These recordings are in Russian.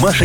Маша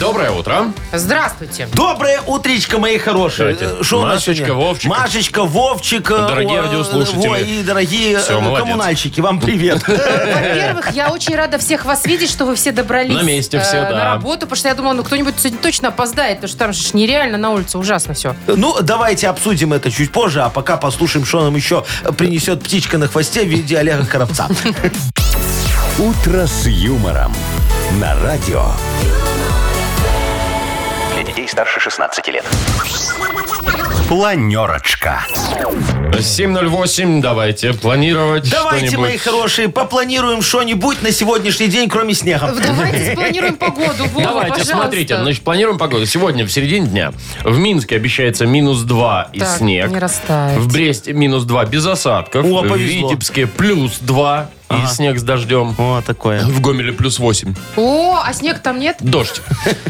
Доброе утро. Здравствуйте. Доброе утречко, мои хорошие. Здравствуйте. Э, шо у нас Машечка, сегодня? Вовчик. Машечка, Вовчик. э, Дорогие о, радиослушатели. во, и дорогие Всё, э, молодец. коммунальщики, вам привет. Во-первых, я очень рада всех вас видеть, что вы все добрались э, На месте все, да. на работу, потому что я думала, ну кто-нибудь сегодня точно опоздает, потому что там же нереально на улице ужасно все. Ну, давайте обсудим это чуть позже, а пока послушаем, что нам еще принесет птичка на хвосте в виде Олега Коробца. «Утро с юмором» на радио. Для детей старше 16 лет. Планерочка. 7.08, давайте планировать Давайте, что-нибудь. мои хорошие, попланируем что-нибудь на сегодняшний день, кроме снега. Давайте спланируем погоду, Вова, Давайте, пожалуйста. смотрите, значит, планируем погоду. Сегодня в середине дня в Минске обещается минус 2 и Так, снег. не растает. В Бресте минус 2 без осадков. О, в повезло. Витебске плюс 2 и снег с дождем. О, такое. В Гомеле плюс 8. О, а снег там нет? Дождь.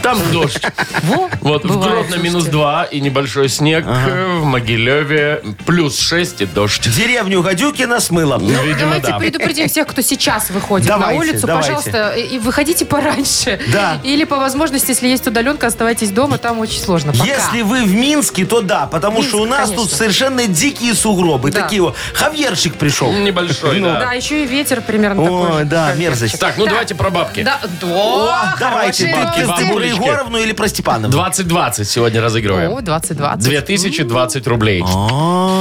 Там дождь. Во, Вот в бывает, Гродно минус слушайте. 2 и небольшой снег. Э, В Могилеве плюс 6 и дождь. Деревню Гадюкина смыло. Ну, Видимо, Давайте да. предупредим всех, кто сейчас выходит на Давайте, улицу, давайте. пожалуйста, и и выходите пораньше. Да. Или по возможности, если есть удаленка, оставайтесь дома, там очень сложно. Пока. Если вы в Минске, то да, потому Минск, что у нас тут конечно. совершенно дикие сугробы. Да. Такие вот. Хавьерчик пришел. Небольшой, Да. да. еще и ветер примерно такой. Ой, же, да, как мерзость. Так, ну давайте про бабки. Да, да, О, давайте, хорошие бабки, новости. с Деброй Бабулечки. Егоровну или про Степанова? 2020 сегодня О, разыгрываем. 20-20. 2020 рублей. А.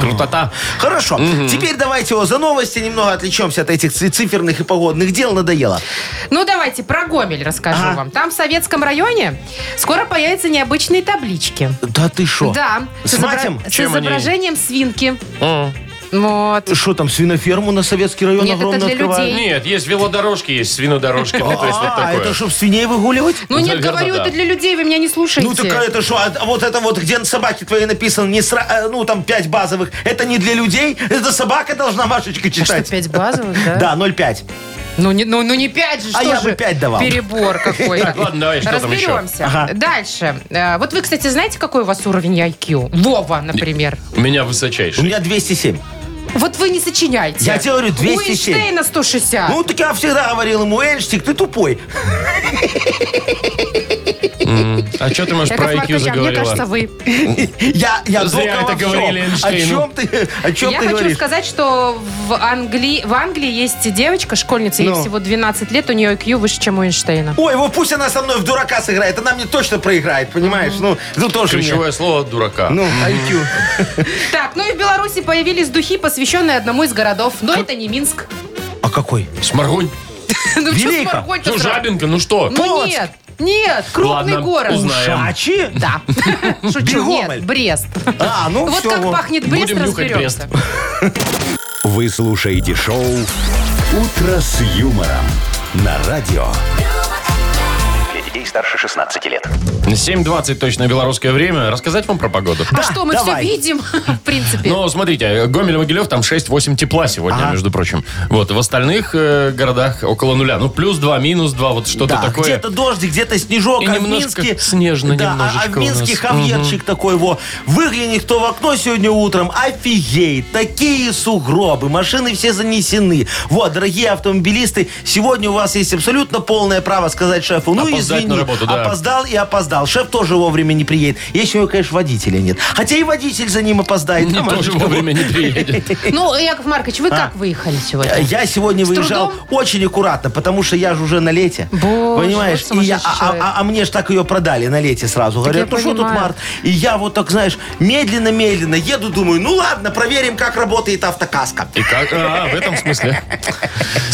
Крутота. Хорошо. Теперь давайте о, за новости немного отвлечемся от этих ци- циферных и погодных дел. Надоело. Ну, давайте про Гомель расскажу Ага. вам. Там в советском районе скоро появятся необычные таблички. Да ты шо? Да. С изобра- матем? С Чем они? изображением свинки. О. Вот. Что там, свиноферму на советский район Нет, это огромно для открывают? людей. Нет, есть велодорожки, есть свинодорожки. Ну, то есть вот А, такое. это чтоб свиней выгуливать? Ну, нет, Наверно, говорю, да. это для людей, вы меня не слушаете. Ну, так а это что, а вот это вот, где на собаке твоей написано, не сра- э, ну, там, пять базовых, это не для людей, это собака должна, Машечка, А что, читать. 5 базовых, да? Да, 0,5. Ну, не, ну, ну не 5 же, А что я же? бы пять давал. Перебор какой. Так, ладно, давай, что там еще? Разберемся. Ага. Дальше. Э, Вот вы, кстати, знаете, какой у вас уровень IQ? Вова, например. У меня У высочайший. меня 207. Вот вы не сочиняете. Я тебе говорю, У 207. Эйнштейна 160. Ну, так я всегда говорил ему, Эльштик, ты тупой. А что ты, можешь Яков про IQ Маркович, а мне кажется, заговорила? вы. Я, я Зря долго это во всем. говорили ну. Эйнштейну. О чем ты, о чем Я ты хочу говоришь? сказать, что в Англии, в Англии есть девочка, школьница, ей Ну. всего 12 лет, у нее IQ выше, чем у Эйнштейна. Ой, вот пусть она со мной в дурака сыграет, она мне точно проиграет, понимаешь? Ну, ну тоже мне. Ключевое слово дурака. Ну, IQ. Так, ну и в Беларуси появились духи, посвященные одному из городов. Но это не Минск. А какой? Сморгунь. Ну чё Велико. сморгонь-то Ну, сразу? Жабинка, ну что? Ну нет, нет, крупный Ладно, город. А, узнаем. Ачи? Да. Шучу, Бегомоль. нет, Брест. А, ну Вот все. как пахнет Брест, Будем нюхать разберемся. Вы слушаете шоу «Утро с юмором» на радио. Для детей старше 16 лет. 7.20 точно белорусское время. Рассказать вам про погоду? А что, мы все давай. видим, в принципе. Ну, смотрите, Гомель и Могилев там 6-8 тепла сегодня, между прочим. Вот, в остальных э, городах около нуля. Ну, плюс 2, минус 2, вот что-то Да, такое. где-то дождик, где-то снежок, И а в немножко Минске... снежно да, а- а немножечко в у Минске нас. хавьерчик такой, во. Выгляни, кто в окно сегодня утром, офигеть, такие сугробы, машины все занесены. Вот, дорогие автомобилисты, сегодня у вас есть абсолютно полное право сказать шефу, ну Опоздать извини, на работу, да. опоздал и опоздал. Шеф тоже вовремя не приедет, если у него, конечно, водителя нет. Хотя и водитель за ним опоздает. Не А, тоже Машечка, вовремя не приедет. Ну, Яков Маркович, вы как выехали сегодня? Я сегодня выезжал трудом? очень аккуратно, потому что я же уже на лете. Боже, понимаешь? вот И я- сумасшедший а, а- человек. а- а мне ж так ее продали на лете сразу. Говорят, я ну что тут понимаю. март? И я вот так, знаешь, медленно-медленно еду, думаю, ну ладно, проверим, как работает автокаска. И как? А, в этом смысле.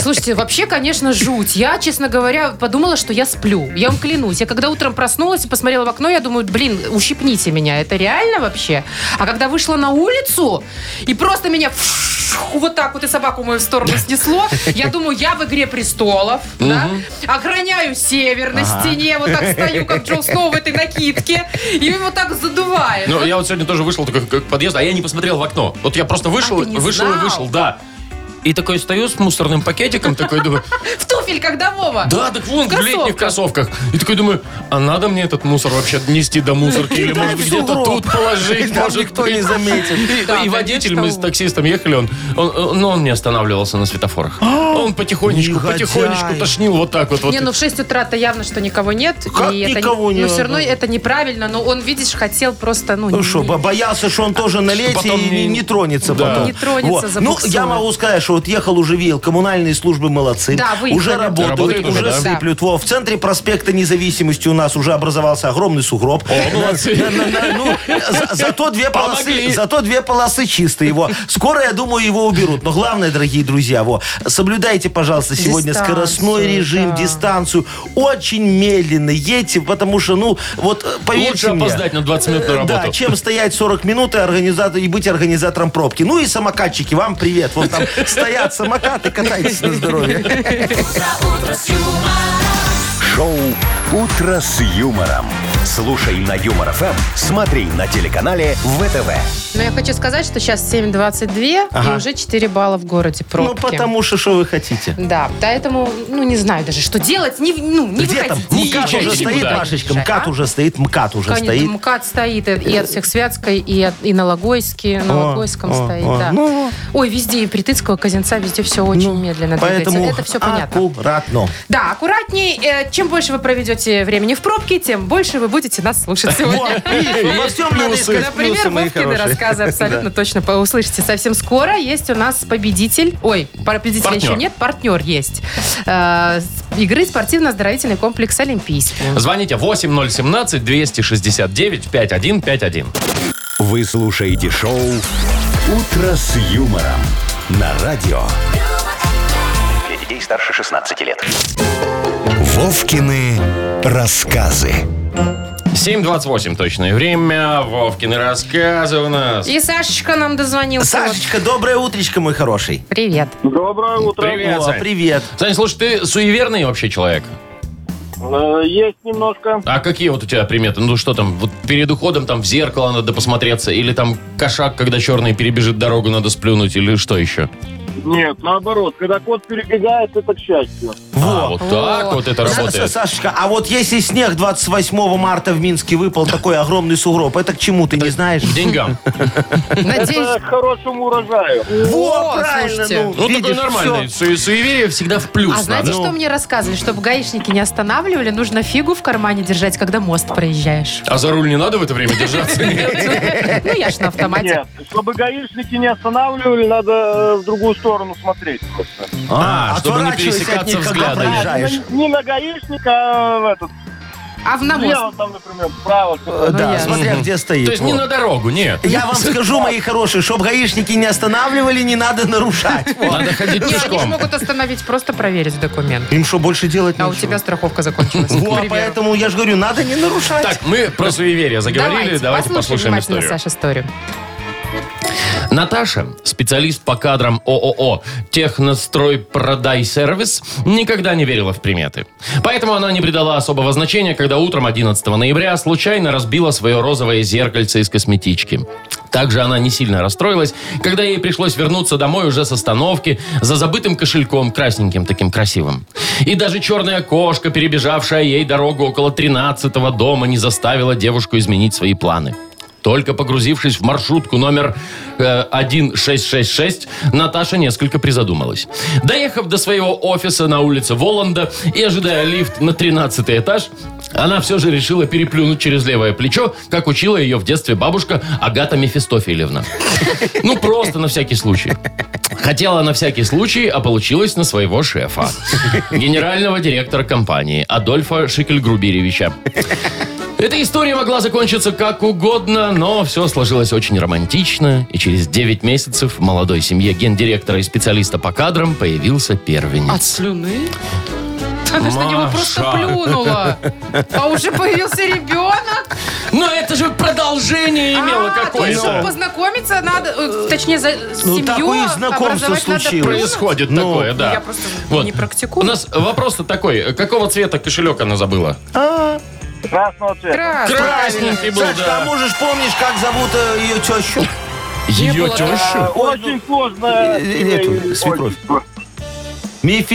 Слушайте, вообще, конечно, жуть. Я, честно говоря, подумала, что я сплю. Я вам клянусь. Я когда утром проснулась и посмотрела в окно, я думаю, блин, ущипните меня. Это реально вообще? А когда вышла на улицу, и просто меня фш- вот так вот и собаку мою в сторону снесло, я думаю, я в «Игре престолов», да? Охраняю север на стене, вот так стою, как Джон Сноу в этой накидке, и вот так задувает. Ну, я вот сегодня тоже вышел такой к к подъезду, а я не посмотрел в окно. Вот я просто вышел, ты не вышел и знал? вышел, да. И такой стою с мусорным пакетиком, такой думаю, В туфельках, да, Вова? да, так вон, в кроссовках. летних кроссовках. И такой думаю, а надо мне этот мусор вообще нести до мусорки? Или, Кидай может, в где-то сугроб. тут положить? Там может никто быть?» не заметит. И- Да, И конечно, водитель, мы с он. таксистом ехали, он, он, но он не останавливался на светофорах. Он потихонечку, Негодяй. потихонечку тошнил вот так вот. вот. Не, ну в 6 утра-то явно, что никого нет. Как и это никого не Ну, все надо? равно это неправильно, но он, видишь, хотел просто, ну... Ну не- что, бо- боялся, что он тоже налезет потом и не- не, не тронется Да. потом. Не тронется, Ну, забуксует. я могу сказать, что вот ехал уже вил, коммунальные службы молодцы. Да, выехали. уже работают, Работают уже, уже да? сыплют. Во, в центре проспекта независимости у нас уже образовался огромный сугроб. О, молодцы. На- на- на- ну, за- зато две Помогли. полосы, зато две полосы чистые. Его. Скоро, я думаю, его уберут. Но главное, дорогие друзья, во, соблюдайте, пожалуйста, сегодня Дистанцию, скоростной режим, да. дистанцию. Очень медленно едьте, потому что, ну, вот э, поверьте Лучше мне, опоздать на 20 минут на Э, работу. Да, чем стоять 40 минут и, организатор, и быть организатором пробки. Ну и самокатчики, вам привет. Вот там стоят самокаты, катайтесь на здоровье. Шоу «Утро с юмором». Слушай на Юмор ФМ, смотри на телеканале ВТВ. Но я хочу сказать, что сейчас 7.22, и Ага. уже 4 балла в городе пробки. Ну потому что, что вы хотите? Да, поэтому, ну, не знаю даже, что делать. Не, в- ну, не Где там? выходить. Не МКАД уже езжайте стоит, никуда. Машечка, А? МКАД уже стоит, МКАД уже Конечно, стоит. МКАД стоит и и от всех Святской, и, от, и на Логойске, на О, Логойском о, стоит, о. да. Ну, Ой, везде, и Притыцкого, Казинца, везде все очень медленно Поэтому двигается. Это все понятно. аккуратно. Да, аккуратней. Э, Чем больше вы проведете времени в пробке, тем больше вы будете нас слушать сегодня. Вот, видишь, во Есть всем надо плюсы. искать Например, плюсы, мои Вовкины хорошие. рассказы абсолютно точно по- услышите совсем скоро. Есть у нас победитель. Ой, пар- победителя Партнер. еще нет, партнер есть. Э, с- Игры спортивно-оздоровительный комплекс Олимпийский. Звоните 8017-269-5151. Вы слушаете шоу «Утро с юмором» на радио. Для детей старше 16 лет. Вовкины рассказы. 7.28 точное время. Вовкины рассказы у нас. И Сашечка нам дозвонился. Сашечка, доброе утречко, мой хороший. Вот. Привет. Доброе утро. Привет, О, Сань. привет. Сань, слушай, ты суеверный вообще человек? Э, Есть немножко. А какие вот у тебя приметы? Ну что там, вот перед уходом там в зеркало надо посмотреться? Или там кошак, когда черный перебежит дорогу, надо сплюнуть? Или что еще? Нет, наоборот. Когда кот перебегает, это к счастью. А, вот так Во. вот это Са- Са- работает. Сашечка, а вот если снег 28 марта в Минске выпал такой огромный сугроб, это к чему ты не знаешь? К деньгам. Это Надеюсь. к хорошему урожаю. Во, О, правильно, слушайте. ну, Ну, такой видишь, нормальный. всё. Су- Суеверие всегда в А плюс Ну, знаете, надо. что мне рассказывали? Чтобы гаишники не останавливали, нужно фигу в кармане держать, когда мост проезжаешь. А за руль не надо в это время держаться? Ну, я ж на автомате. Нет, чтобы гаишники не останавливали, надо э, в другую сторону смотреть просто. А, чтобы не отворачивайся пересекаться от них, когда взглядами. Ну, проезжаешь. Не, на гаишника, а в этот. А в на мост. Слева там, например, справа. Э, Ну, Да, ясно. смотря где То есть стоит. не вот. на дорогу, нет. Я вам скажу, мои хорошие, чтобы гаишники не останавливали, не надо нарушать. Надо ходить Не, они же пешком. могут остановить, просто проверить документ. Им что, больше делать А у тебя страховка закончилась. к Во, примеру. поэтому я же говорю, надо не нарушать. Так, мы про суеверие заговорили, давайте послушаем внимательно, историю. Саш, историю. Наташа, специалист по кадрам ООО «Технострой Продай Сервис», никогда не верила в приметы. Поэтому она не придала особого значения, когда утром 11 ноября случайно разбила свое розовое зеркальце из косметички. Также она не сильно расстроилась, когда ей пришлось вернуться домой уже с остановки за забытым кошельком, красненьким таким красивым. И даже черная кошка, перебежавшая ей дорогу около 13 дома, не заставила девушку изменить свои планы. Только погрузившись в маршрутку номер э, 1666, Наташа несколько призадумалась. Доехав до своего офиса на улице Воланда и ожидая лифт на 13 этаж, она все же решила переплюнуть через левое плечо, как учила ее в детстве бабушка Агата Мефистофелевна. Ну, просто на всякий случай. Хотела на всякий случай, а получилось на своего шефа. Генерального директора компании Адольфа Шикельгруберевича. Эта история могла закончиться как угодно, но все сложилось очень романтично, и через 9 месяцев в молодой семье гендиректора и специалиста по кадрам появился От первенец. слюны? Она же на него просто Маша. плюнула. А уже появился ребенок. Но это же продолжение имело А, то есть, чтобы какое-то. познакомиться надо, э, точнее, за Ну, семью такое знакомство образовать надо случилось. плюнуть? Происходит Ну, такое, да. я просто не практикую. У нас вопрос-то такой. Какого цвета кошелек она забыла? э, Красного цвета. Красный. Красненький был, Сашка, а да. можешь помнишь, как зовут ее э, тещу? Ее было тещу? такого. Э, Очень сложно. Э, э, эту, свекровь.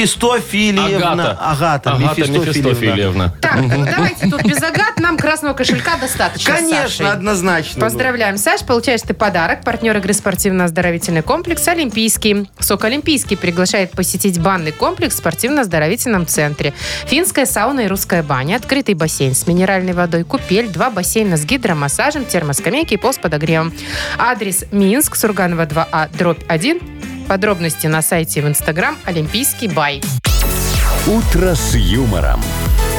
Мефистофильевна. Агата. Агата Мефистофилевна. Так, давайте тут без агат, нам красного кошелька достаточно. Конечно, Сашей. однозначно. ну. Поздравляем, Саш. Получаешь ты подарок. Партнер игры спортивно-оздоровительный комплекс «Олимпийский». «Сок Олимпийский» приглашает посетить банный комплекс в спортивно-оздоровительном центре. Финская сауна и русская баня, открытый бассейн с минеральной водой, купель, два бассейна с гидромассажем, термоскамейки и пол с подогревом. Адрес Минск, Сурганова 2А, дробь 1. Подробности на сайте и в Инстаграм «Олимпийский бай». «Утро с юмором»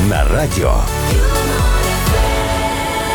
на радио.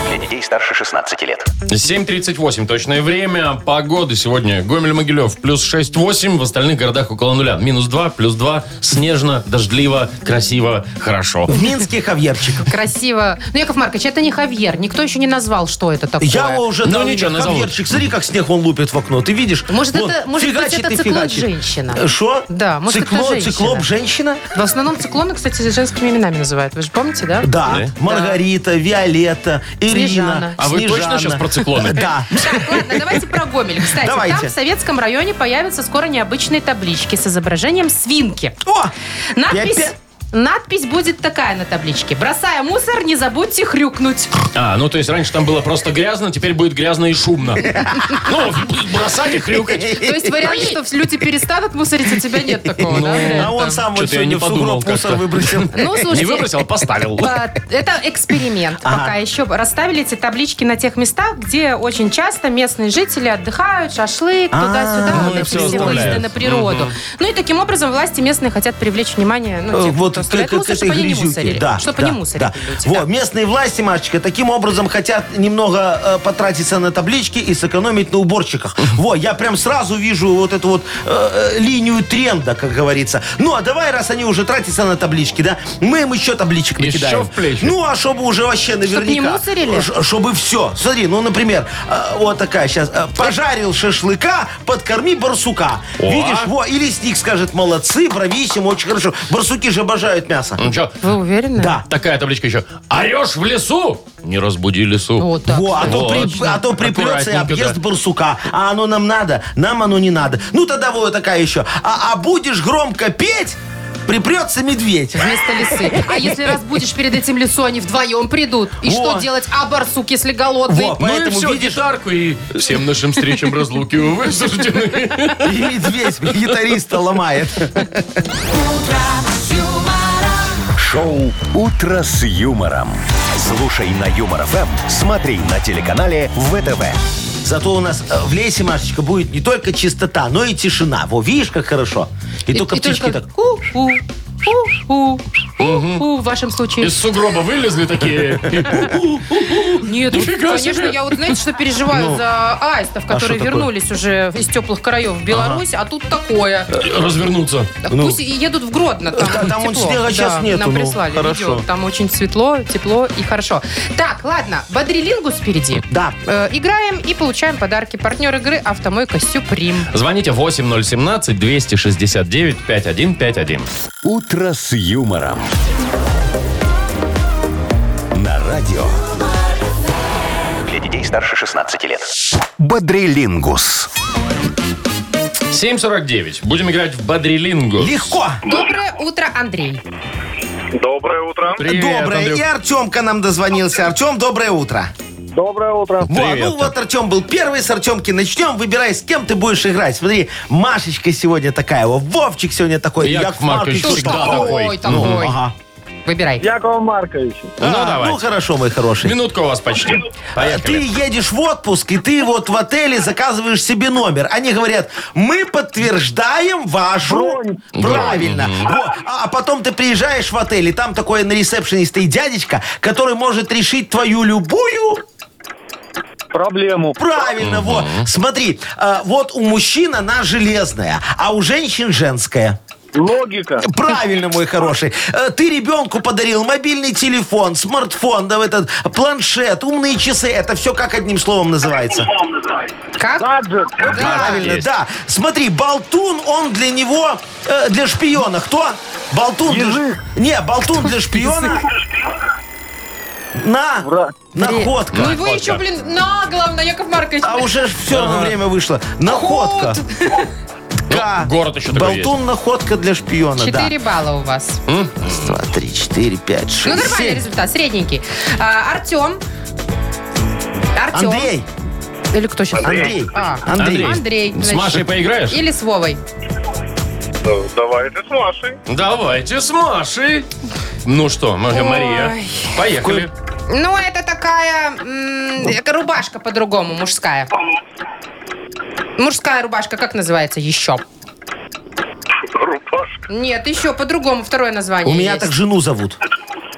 Для детей старше 16 лет. 7.38 точное время. Погода сегодня. Гомель-Могилев плюс 6.8. В остальных городах около нуля. Минус 2, плюс 2. Снежно, дождливо, красиво, хорошо. В Минске Хавьерчик. Красиво. Ну, Яков Маркович, это не Хавьер. Никто еще не назвал, что это такое. Я его уже Ну, дал ничего, имя. назовут. Хавьерчик, смотри, как снег он лупит в окно. Ты видишь? Может, Вон, это, может быть, фигачит это и циклон фигачит. женщина. Что? Да, может, это Циклон- женщина. Циклоп женщина? В основном циклоны, кстати, с женскими именами называют. Вы же помните, да? Да. Маргарита, Виолетта, Ирина, Снежана. А вы точно сейчас про циклоны? Да. Так, ладно, давайте про Гомель. Кстати, Давайте. там в советском районе появятся скоро необычные таблички с изображением свинки. О! Надпись... опять- Надпись будет такая на табличке. Бросая мусор, не забудьте хрюкнуть. А, ну то есть раньше там было просто грязно, теперь будет грязно и шумно. Ну, бросать и хрюкать. То есть вариант, что люди перестанут мусорить, у тебя нет такого, да? А он сам вот Что-то я не сегодня в подумал сугроб мусор как-то. выбросил. Ну, Не слушайте, выбросил, а поставил. А, Это эксперимент. Пока еще расставили эти таблички на тех местах, где очень часто местные жители отдыхают, шашлык, А, туда-сюда, Ну вот и эти всё все выезды оставляют. на природу. Ну и таким образом власти местные хотят привлечь внимание, ну, Э, тех, вот кто к- оставляет к- к мусор, этой чтобы они не грязюке. мусорили. Да, Чтобы да, не мусорили да. люди. Вот, да. местные власти, Машечка, таким образом хотят немного э, потратиться на таблички и сэкономить на уборщиках. Во, я прям сразу вижу вот эту вот э, э, линию тренда, как говорится. Ну, а давай, раз они уже тратятся на таблички, да, мы им еще табличек Еще накидаем. в плечи. Ну, а чтобы уже вообще наверняка. не мусорили? Ж- Чтобы все. Смотри, ну, например, э, вот такая сейчас. пожарил шашлыка, подкорми барсука. О. Видишь, во, и лесник скажет, молодцы, брависсим, очень хорошо. Барсуки же обожают мясо. Ну что, Вы уверены? Да. такая табличка еще. Орешь в лесу? Не разбуди лесу. Вот так. Во, а, то Вот. при- а то припрется и Аккуратненько, объезд да. барсука. А оно нам надо, нам оно не надо. Ну тогда вот такая еще. А, а будешь громко петь, припрется медведь. Вместо лисы. А если разбудишь перед этим лесу, они вдвоем придут. И что Во. делать? А барсук, если голодный? Во. Ну и Поэтому все, видишь- гитарку и всем нашим встречам разлуки увы суждены. И медведь гитариста ломает. Шоу «Утро с юмором». Слушай на Юмор ФМ, смотри на телеканале ВТВ. Зато у нас э, в лесе, Машечка, будет не только чистота, но и тишина. Во, видишь, как хорошо. И, только птички так. ку-ку, ку-ку, ку-ку в вашем случае. Из сугроба вылезли такие. Нет, вот, Нифига конечно, себе. я вот, знаете, что переживаю за аистов, которые Ну, а что такое? вернулись уже из теплых краев в Беларусь, а тут такое. Развернуться. Так Пусть и едут в Гродно, там, Да, Э, ну. там тепло. вон снега сейчас нету, Нам ну, прислали хорошо. видео, там очень светло, тепло и хорошо. Так, ладно, бодрилингус впереди. Да. Э, играем и получаем подарки. Партнер игры «Автомойка Сюприм». Звоните 8017-269-5151. «Утро с юмором». На радио Для детей старше 16 лет. «Бодрилингус». 7.49. Будем играть в Бодрилингу. Легко. Доброе утро, Андрей. Доброе утро. Привет, доброе. Андрюх. И Артемка нам дозвонился. Артем, доброе утро. Доброе утро. Во, Привет, ну вот Артем был первый, с Артемки начнем. Выбирай, с кем ты будешь играть. Смотри, Машечка сегодня такая, о, Вовчик сегодня такой. Яков Маркович тоже всегда такой. такой. Ну, ага. Выбирай. Якова Марковича. Ну, А, давай. ну, хорошо, мой хороший. А Минутка у вас почти. Ты Поехали. едешь в отпуск, и ты вот в отеле заказываешь себе номер. Они говорят, мы подтверждаем вашу... Бронь. Правильно. Во. А, а потом ты приезжаешь в отель, и там такой на ресепшене стоит дядечка, который может решить твою любую Проблему. Правильно, вот. Смотри, а, вот у мужчин она железная, а у женщин женская. Логика. Правильно, мой хороший. Э, Ты ребенку подарил мобильный телефон, смартфон, да, этот планшет, умные часы. Это все как одним словом называется. Как? Гаджет. Правильно, есть. да. Смотри, болтун, он для него, э, для шпиона. Кто? Болтун для... ш- Не, болтун для шпиона. На! Вра- Находка! Ну и вы еще, блин, нагло, на Яков Маркович. А уже ж все Ага. время вышло. Находка. К. Ну, город еще такой Болтун, находка для шпиона, Четыре балла у вас. да. Раз, два, три, четыре, пять, Ну, шесть, нормальный семь. результат, средненький. А, Артем. Артем. Андрей, Или кто сейчас? Андрей, А. Андрей. Андрей. Андрей. С значит. Машей поиграешь? Или с Вовой. Давай, это с Машей. Давайте с Машей. Ну что, Ма- Ой. Мария, поехали. Ну, это такая м, э, рубашка по-другому, мужская. Мужская рубашка, как называется еще? Рубашка. Нет, еще по-другому второе название У меня есть. так жену зовут.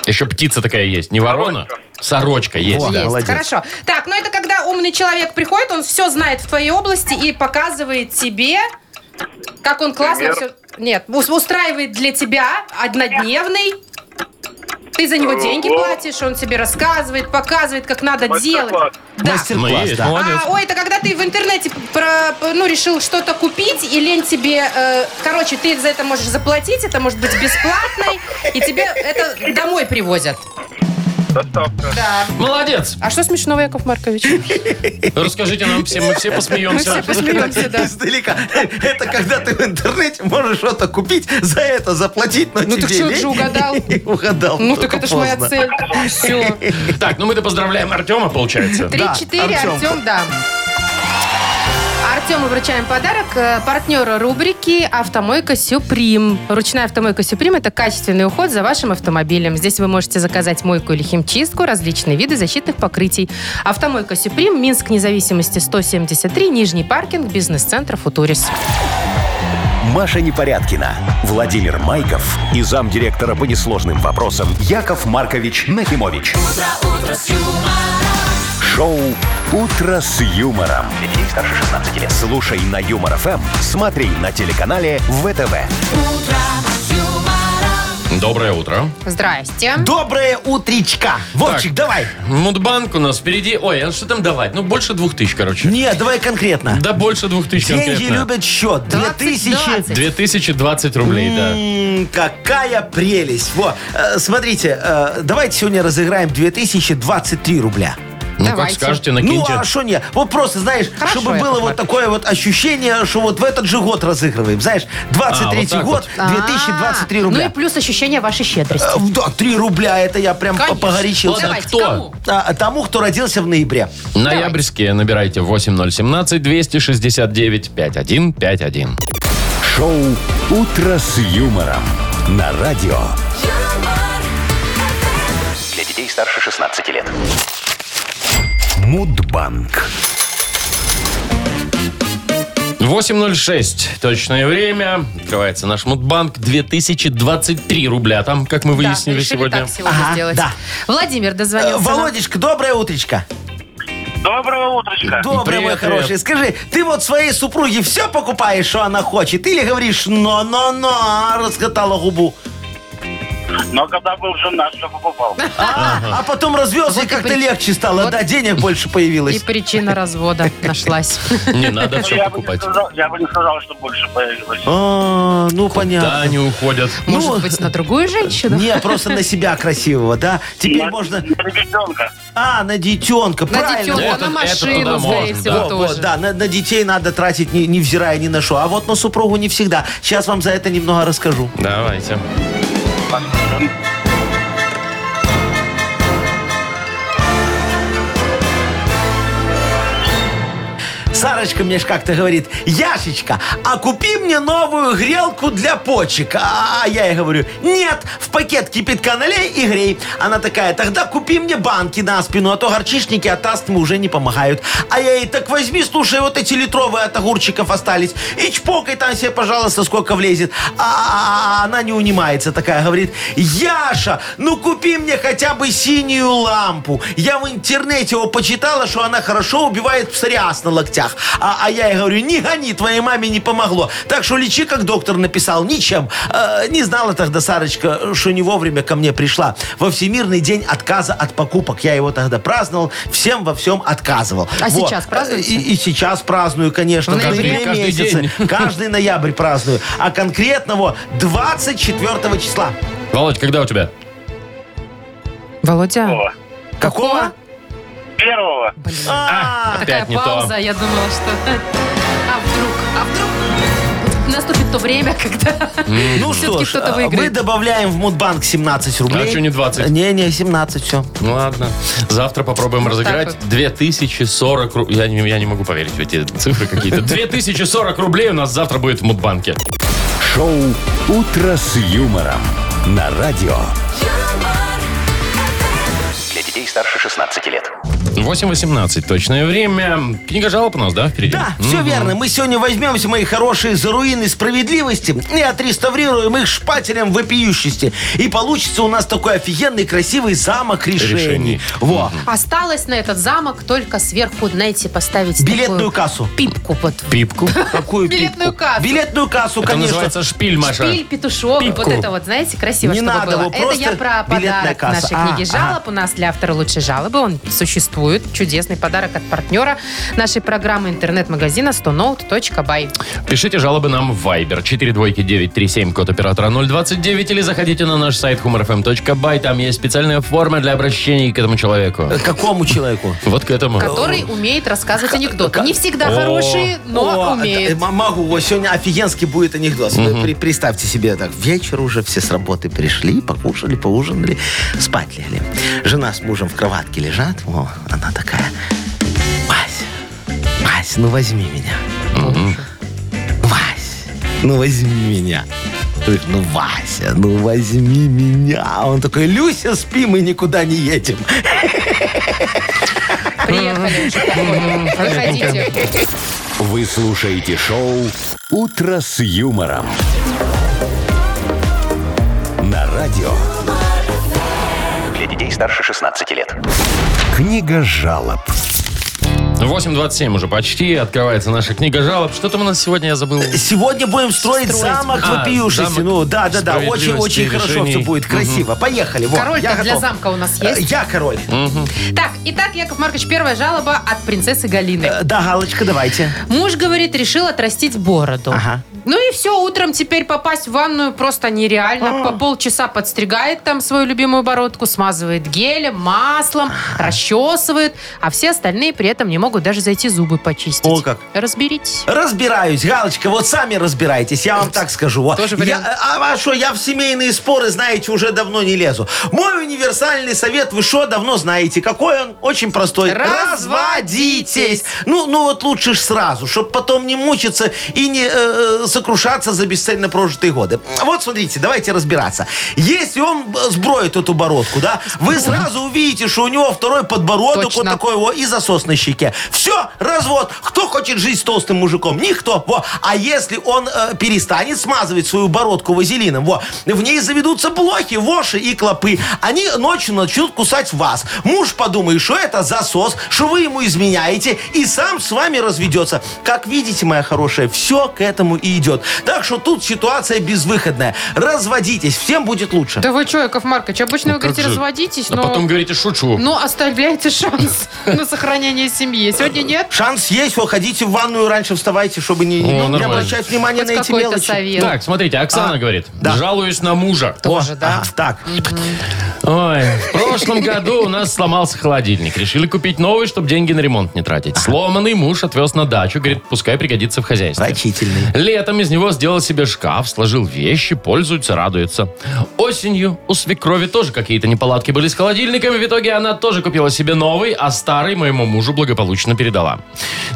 Еще птица такая есть. Не ворона, сорочка есть. Во. Есть, молодец. хорошо. Так, ну это когда умный человек приходит, он все знает в твоей области и показывает тебе, как он классно Пример. все... Нет, ус- устраивает для тебя однодневный. Ты за него деньги Ого. платишь, он тебе рассказывает, показывает, как надо делать. Мастер-класс. Да. Ну, Мастер-класс, есть, да. молодец. А, ой, это когда ты в интернете про, ну, решил что-то купить, и лень тебе... э, короче, ты за это можешь заплатить, это может быть бесплатной, и тебе это домой привозят. Доставка. Да. Молодец. А что смешного, Яков Маркович? Расскажите нам всем, мы все Мы все посмеемся. посмеемся, да. Издалека. Это когда ты в интернете можешь что-то купить, за это заплатить, но Ну, так тебе человек лень. же угадал. Угадал. Ну, так только это ж моя поздно. цель. Все. Так, ну мы-то поздравляем Артема, получается. 3-4, Да, Артем. Артем, да. Артему вручаем подарок. Э, Партнер рубрики «Автомойка Сюприм». Ручная автомойка Сюприм – это качественный уход за вашим автомобилем. Здесь вы можете заказать мойку или химчистку, различные виды защитных покрытий. Автомойка Сюприм, Минск, независимости 173, Нижний паркинг, бизнес-центр «Футурис». Маша Непорядкина, Владимир Майков и замдиректора по несложным вопросам Яков Маркович Нахимович. Шоу Утро с юмором. Детей старше 16 лет. Слушай на юмор ФМ, смотри на телеканале ВТВ. Доброе утро. Здрасте. Доброе утречка. Вовчик, давай. Мудбанк у нас впереди. Ой, а что там давать? Ну, больше двух тысяч, короче. Нет, давай конкретно. Да больше двух тысяч Деньги конкретно. любят счет. Две 20, тысячи 20. 2020 рублей, да. М, Какая прелесть. Во, э, смотрите, э, давайте сегодня разыграем 2023 рубля. Ну, как Давайте. скажете, Ну, накиньте. а что не? Вот просто, знаешь, Хорошо, чтобы Яков было вот такое вот ощущение, что вот в этот же год разыгрываем. Знаешь, 23 А, вот так год, 2023 рубля. Ну и плюс ощущение вашей щедрости. Э, Да, 3 рубля, это я прям по- Конечно. Ладно, погорячился. Давайте, кто? кому? А, тому, кто родился в ноябре. Ноябрьские набирайте 8017-269-5151. Шоу Утро с юмором на радио. Для детей старше 16 лет. Мудбанк. 8.06. Точное время. Открывается наш Мудбанк. 2023 рубля. Там, как мы Да, выяснили решили сегодня. так сегодня Ага, сделать. да. Владимир Э, дозвонился. нам. Володечка, доброе утречко. Доброго утречка. Доброе, Привет, мой привет. хороший. Скажи, ты вот своей супруге все покупаешь, что она хочет? Или говоришь, но-но-но, раскатала губу. Но когда был жена, что покупал? А, а потом развелся, Вот и и как-то прич- легче стало. вот- Да, денег больше И появилось. причина развода нашлась. Не надо все Ну, Я бы, не покупать. сказал, я бы не сказал, что больше появилось. А, ну, Да, понятно. они уходят. Ну, Может быть, на другую женщину? Не, а просто на себя красивого, да? Теперь На- можно... на ребенка. А, на детенка, На правильно. детенка, Это- на это туда машину, скорее можно, Во, всего, во, тоже. да, на, на детей надо тратить, не, невзирая ни на что. А вот на супругу не всегда. Сейчас вам за это немного расскажу. Давайте. Сарочка мне ж как-то говорит, Яшечка, а купи мне новую грелку для почек. А я ей говорю, нет, в пакет кипятка налей и грей. Она такая, тогда купи мне банки на спину, а то горчишники от астмы уже не помогают. А я ей, так возьми, слушай, вот эти литровые от огурчиков остались. И чпокай там себе, пожалуйста, сколько влезет. А она не унимается такая, говорит, Яша, ну купи мне хотя бы синюю лампу. Я в интернете его почитала, что она хорошо убивает псориаз на локтях. А, а я ей говорю, не гони, твоей маме не помогло. Так что лечи, как доктор написал, ничем. Э, не знала тогда Сарочка, что не вовремя ко мне пришла. Во Всемирный день отказа от покупок. Я его тогда праздновал, всем во всем отказывал. А сейчас празднуете? И, и сейчас праздную, конечно. В в ноябре ноябре? Каждый месяце. день. Каждый ноябрь праздную. А конкретно вот 24 числа. Володь, когда у тебя? Володя, О, Какого? Первого. Блин. А, Такая Опять не то. пауза, я думала, что... А вдруг? А вдруг? Наступит то время, когда... Ну что Всё-таки ж, кто-то а, мы выиграет. добавляем в Мудбанк 17 рублей. А чё не 20? Не-не, 17, все. Ну ладно. Завтра попробуем Вот так разыграть 2040 рублей. Я не, я не могу поверить в эти цифры какие-то. 2040 рублей у нас завтра будет в Мудбанке. Шоу «Утро с юмором» на радио. юмор, Для детей старше 16 лет. 8.18 точное время. Книга жалоб у нас, да, впереди? Да, все верно. Мы сегодня возьмемся, мои хорошие, за руины справедливости и отреставрируем их шпателем вопиющести. И получится у нас такой офигенный, красивый замок решений. Решений. Во. Осталось на этот замок только сверху, знаете, поставить Билетную такую кассу. пипку. Вот. Пипку. Какую Билетную пипку? кассу. Билетную кассу, Это конечно. называется шпиль, Маша. Шпиль, петушок, Пипку. вот это вот, знаете, красиво, Не чтобы надо, было. вот это я просто про билетная подарок касса. нашей А, книги ага. жалоб. У нас для автора лучшей жалобы он существует. Чудесный подарок от партнера нашей программы интернет-магазина 100note.by. Пишите жалобы нам в Viber 42937, код оператора 029, или заходите на наш сайт humorfm.by. Там есть специальная форма для обращения к этому человеку. Э, Какому человеку? Вот к этому. Который умеет рассказывать анекдоты. Не всегда О. хорошие, О, но это, э, умеет. м- могу. Вот сегодня офигенский будет анекдот. Вы при- представьте себе, так, вечер уже, все с работы пришли, покушали, поужинали, спать легли. Жена с мужем в кроватке лежат. О, она такая, Вась, Вась, ну возьми меня. Вась, ну возьми меня. Говорит, Ну, Вася, ну возьми меня. А Он такой, Люся, спи, мы никуда не едем. Приехали уже такой. Выходите. Вы слушаете шоу «Утро с юмором». На радио. Для детей старше 16 лет. Книга жалоб. 8.27 уже почти, открывается наша книга жалоб. Что там у нас сегодня, я забыл? Сегодня будем строить, замок А, вопиющести. замок ну, да, да, да. Очень, справедливости и очень хорошо решений. все будет. Красиво. Поехали. Во, Король я для готов. замка у нас Э, есть. Я король. Так, итак, Яков Маркович, первая жалоба от принцессы Галины. Э, Да, галочка, давайте. Муж, говорит, решил отрастить бороду. Ага. Ну и все, утром теперь попасть в ванную просто А. нереально. По полчаса подстригает там свою любимую бородку, смазывает гелем, маслом, расчесывает, а все остальные при этом не могут даже зайти зубы почистить. О, как. Разберитесь. Разбираюсь, Галочка, вот сами разбирайтесь, я вам так скажу. Вот. Тоже я, вариант. а, а что, я в семейные споры, знаете, уже давно не лезу. Мой универсальный совет вы что, давно знаете. Какой он? Очень простой. Разводитесь. Ну, ну вот лучше ж сразу, чтобы потом не мучиться и не э, э, сокрушаться за бесцельно прожитые годы. Вот смотрите, давайте разбираться. Если он э, сброит эту бородку, да, вы сразу увидите, что у него второй подбородок вот Точно. такой такой, во, и засос на щеке. Все, развод. Кто хочет жить с толстым мужиком? Никто. Во. А если он э, перестанет смазывать свою бородку вазелином, во, в ней заведутся блохи, воши и клопы. Они ночью начнут кусать вас. Муж подумает, что это засос, что вы ему изменяете, и сам с вами разведется. Как видите, моя хорошая, все к этому и идет. Так что тут ситуация безвыходная. Разводитесь, всем будет лучше. Да вы что, Яков Маркович, обычно вы Как говорите, же? разводитесь, А но... Ну, потом говорите, шучу. но оставляете шанс на сохранение семьи. Э, Сегодня нет? Шанс есть, вот, ходите в ванную раньше, вставайте, чтобы не, не нормально. обращать внимания Хоть на эти какой-то мелочи. совет. Так, смотрите, Оксана говорит. А, да. Жалуюсь на мужа. Тоже, да. а, так. Ой, в прошлом году у нас сломался холодильник. Решили купить новый, чтобы деньги на ремонт не тратить. Сломанный муж отвез на дачу. Говорит, пускай пригодится в хозяйстве. Рачительный. Летом из него сделал себе шкаф, сложил вещи, пользуется, радуется. Осенью у свекрови тоже какие-то неполадки были с холодильниками. В итоге она тоже купила себе новый, а старый моему мужу благополучно передала.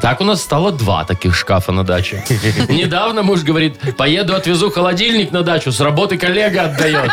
Так у нас стало два таких шкафа на даче. Недавно муж говорит, поеду отвезу холодильник на дачу, с работы коллега отдает.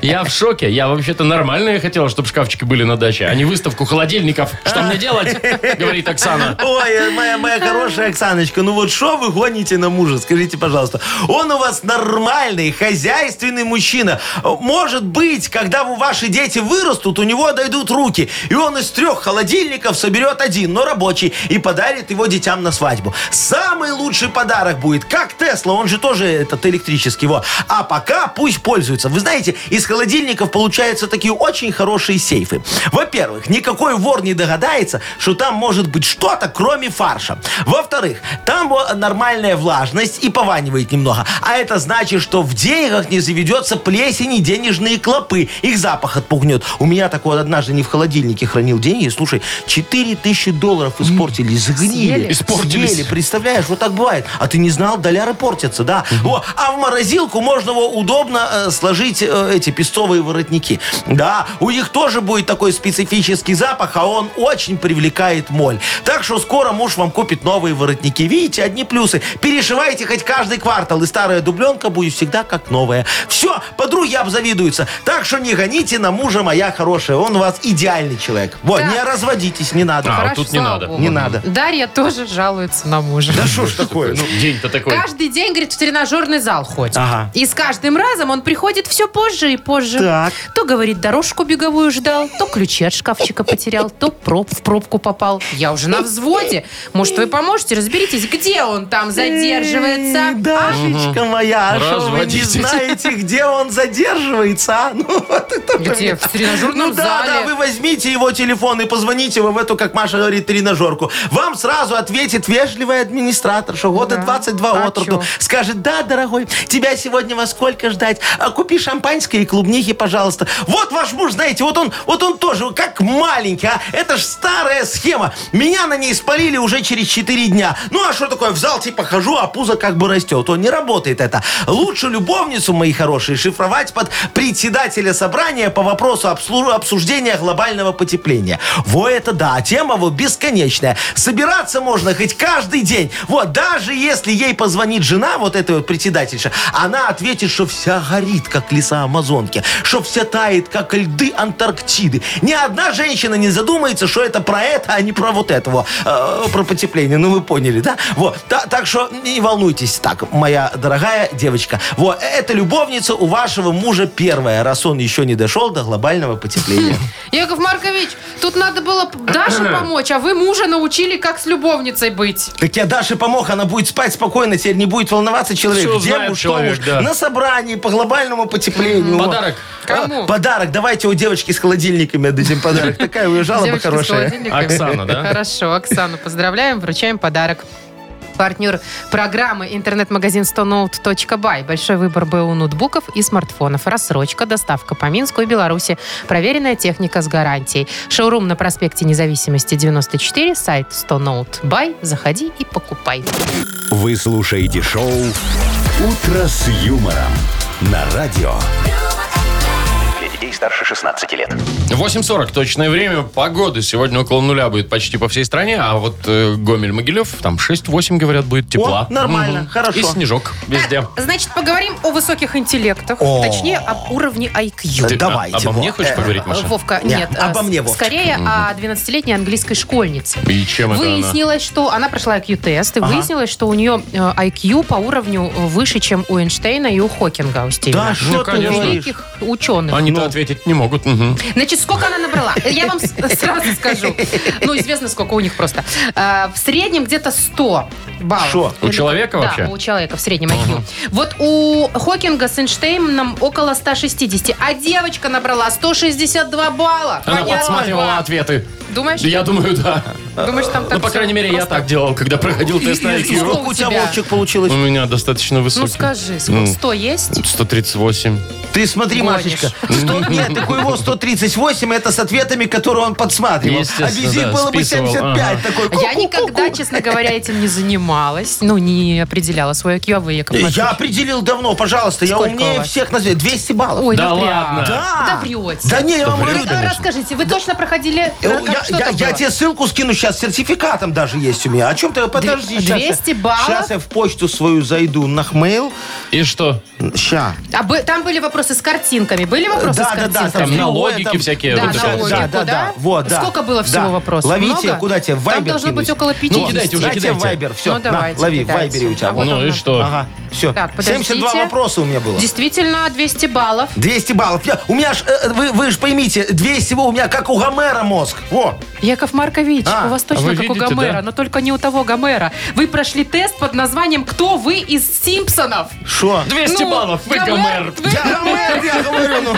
Я в шоке. Я вообще-то нормально я хотела, чтобы шкафчики были на даче, а не выставку холодильников. Что мне делать? Говорит Оксана. Ой, э, моя, моя хорошая Оксаночка, ну вот что вы гоните на мужа, скажите, пожалуйста. Он у вас нормальный, хозяйственный мужчина. Э, Может быть, когда вы- ваши дети вырастут, у него дойдут руки, и он из трех холодильников соберет один, но рабочий, и подарит его детям на свадьбу. Самый лучший подарок будет. Как Тесла, он же тоже этот электрический. Во. А пока пусть пользуются. Вы знаете, из холодильников получаются такие очень хорошие сейфы. Во-первых, никакой вор не догадается, что там может быть что-то, кроме фарша. Во-вторых, там во, нормальная влажность и пованивает немного. А это значит, что в деньгах не заведется плесени денежные клопы. Их запах отпугнет. У меня такой однажды не в холодильнике хранил деньги. Слушай, 4000 долларов испортили, сгнили. Съели. Испортились. Съели, представляешь, вот так бывает. А ты не знал, доллары портятся, да. Во, а в морозилку можно во, удобно э, сложить э, эти песцовые воротники. Да, у них тоже будет такой специфический запах, а он очень привлекает моль. Так что скоро муж вам купит новые воротники. Видите, одни плюсы. Перешивайте хоть каждый квартал, и старая дубленка будет всегда как новая. Все, подруги обзавидуются. Так что не гоните на мужа, моя хорошая. Он у вас идеальный человек. Вот, Так. не разводитесь, не надо. А, Хорошо, тут не слава надо. богу. Не надо. Дарья тоже жалуется на мужа. Да что ж такое? ну. День-то такой. Каждый день, говорит, в тренажерный зал ходит. Ага. И с каждым разом он приходит все позже и позже. Так. То, говорит, дорожку беговую ждал, то ключи от шкафчика потерял, то проб в пробку попал. Я уже на взводе. Может, вы поможете? Разберитесь, где он там Эй, задерживается? Дашечка моя, а что вы не Разводитесь. знаете, где он задерживается? а? Ну, вот это же Где? мне- В тренажерном Ну да, зале. да, вы возьмите его телефон и позвоните его в эту, как Маша говорит, тренажерку. Вам сразу ответит вежливый администратор, что года Да. 22 А от роду. чё? Скажет, да, дорогой, тебя сегодня во сколько ждать? А, Купи шампанское и клубники, пожалуйста. Вот ваш муж, знаете, вот он, вот он тоже, как маленький, а? Это ж старая схема. Меня на ней спалили уже через 4 дня. Ну а что такое, в зал типа хожу, а пузо как бы растет. Он не работает это. Лучше любовницу, мои хорошие, шифровать под председателя собрания по вопросу обслу- обсуждения глобального потепления. Во это да, тема вот бесконечная. Собираться можно хоть каждый день. Вот, даже если ей позвонит жена, вот эта вот председательша, она ответит, что вся горит, как леса Амазонки, что все тает, как льды Антарктиды. Ни одна женщина не задумается, что это про это, а не про вот этого, э, про потепление. Ну, вы поняли, да? Вот, Та- так что не волнуйтесь так, моя дорогая девочка. Вот, э, это любовница у вашего мужа первая, раз он еще не дошел до глобального потепления. Яков Маркович, тут надо было Даше помочь, а вы мужа научили, как с любовницей быть. Так я Даше помог, она будет спать спокойно, теперь не будет волноваться человек. Всё Где знает муж, что человек, муж? да. На собрании по глобальному потеплению. Подарок. А, Кому? Подарок. Давайте у девочки с холодильниками отдадим подарок. Такая уезжала бы Девочки с хорошая. холодильниками. Оксана, да? Хорошо, Оксану поздравляем, вручаем подарок. Партнер программы интернет-магазин 100note.by. Большой выбор БУ ноутбуков и смартфонов. Рассрочка, доставка по Минску и Беларуси. Проверенная техника с гарантией. Шоурум на проспекте независимости 94, сайт 100note.by. Заходи и покупай. Вы слушаете шоу «Утро с юмором» на радио. Для детей старше 16 лет. 8.40 точное время. Погоды сегодня около нуля будет почти по всей стране. А вот э, Гомель-Могилев, там 6-8, говорят, будет тепла. О, нормально, хорошо. И снежок везде. А, Значит, поговорим о высоких интеллектах. О. Точнее, об уровне IQ. Ты, а, Давайте, обо во. мне хочешь Э, поговорить, Маша? Вовка, Не, нет. обо э, мне, с- Вовчик. Скорее о 12-летней английской школьнице. И чем это она? Выяснилось, что она прошла IQ-тест, и Ага. выяснилось, что у нее э, IQ по уровню э, выше, чем у Эйнштейна и у Хокинга, у Стивена. Да, что ты Ну, конечно. говоришь? Великих ученых. Они-то Ну. ответить не могут. мгм. Значит, сколько она набрала? Я вам с- сразу скажу. Ну, известно, сколько у них просто. Э, В среднем где-то 100 баллов. Шо, у человека да, вообще? у человека в среднем IQ. Вот у Хокинга с Эйнштейном около 160, а девочка набрала 162 балла. Она Понятно. подсматривала ответы. Думаешь? Я думаю, да. Думаешь, там так Ну, по всё крайней мере, я просто? так делал, когда проходил тест на Известно. IQ. Сколько у тебя, тебя? Вовчик, получилось? У меня достаточно Ну, высокий. скажи, сколько? 100 есть? 138. Ты смотри, Гонишь. Машечка. Сто- Нет, так у его 138, это с ответами, которые он подсматривал. Естественно, А без них да, было бы списывал, 75. ага. Такой А Я ку-ку-ку-ку. никогда, честно говоря, этим не занималась. Ну, не определяла свое IQ, а вы, Яков Э, Я Маркович? определил давно, пожалуйста. Я Сколько у умнее вас? всех на свете. 200 баллов. Ой, Да ну прям. ладно. Да. Да врете. Да не, я вам говорю. Вы, а, Расскажите, вы точно проходили? Э, как- Я, что я- там я было? тебе ссылку скину сейчас, с сертификатом даже есть у меня. О чем ты? Подожди. сейчас я- 200 баллов? Сейчас я в почту свою зайду на хмейл. И что? Ща. А бы- там были вопросы с картинками. Были вопросы с Э, Да, да, да. картинками? Там на всего логике это- всякие Да, вот это на вот. логике. Да, да, да. Вот, да. Сколько было всего Да. вопросов? Ловите, Много? куда тебе, в Там Viber должно быть кинуть? около 50. кидайте уже. Я тебе кидайте. вайбер, все, Ну, давайте, лови, в кидайте. вайбере у тебя. А вот Ну и оно. что? Ага, все. Так, подождите. 72 вопроса у меня было. Действительно, 200 баллов. 200 баллов. Я- у меня ж, э, вы, вы же поймите, 200 у меня как у Гомера мозг. Во. Яков Маркович, А, у вас точно вы как у видите, Гомера, да? но только не у того Гомера. Вы прошли тест под названием «Кто вы из Симпсонов?» Что? 200 Ну, баллов, вы Гомер, Гомер. вы- Я Гомер, я говорю, ну.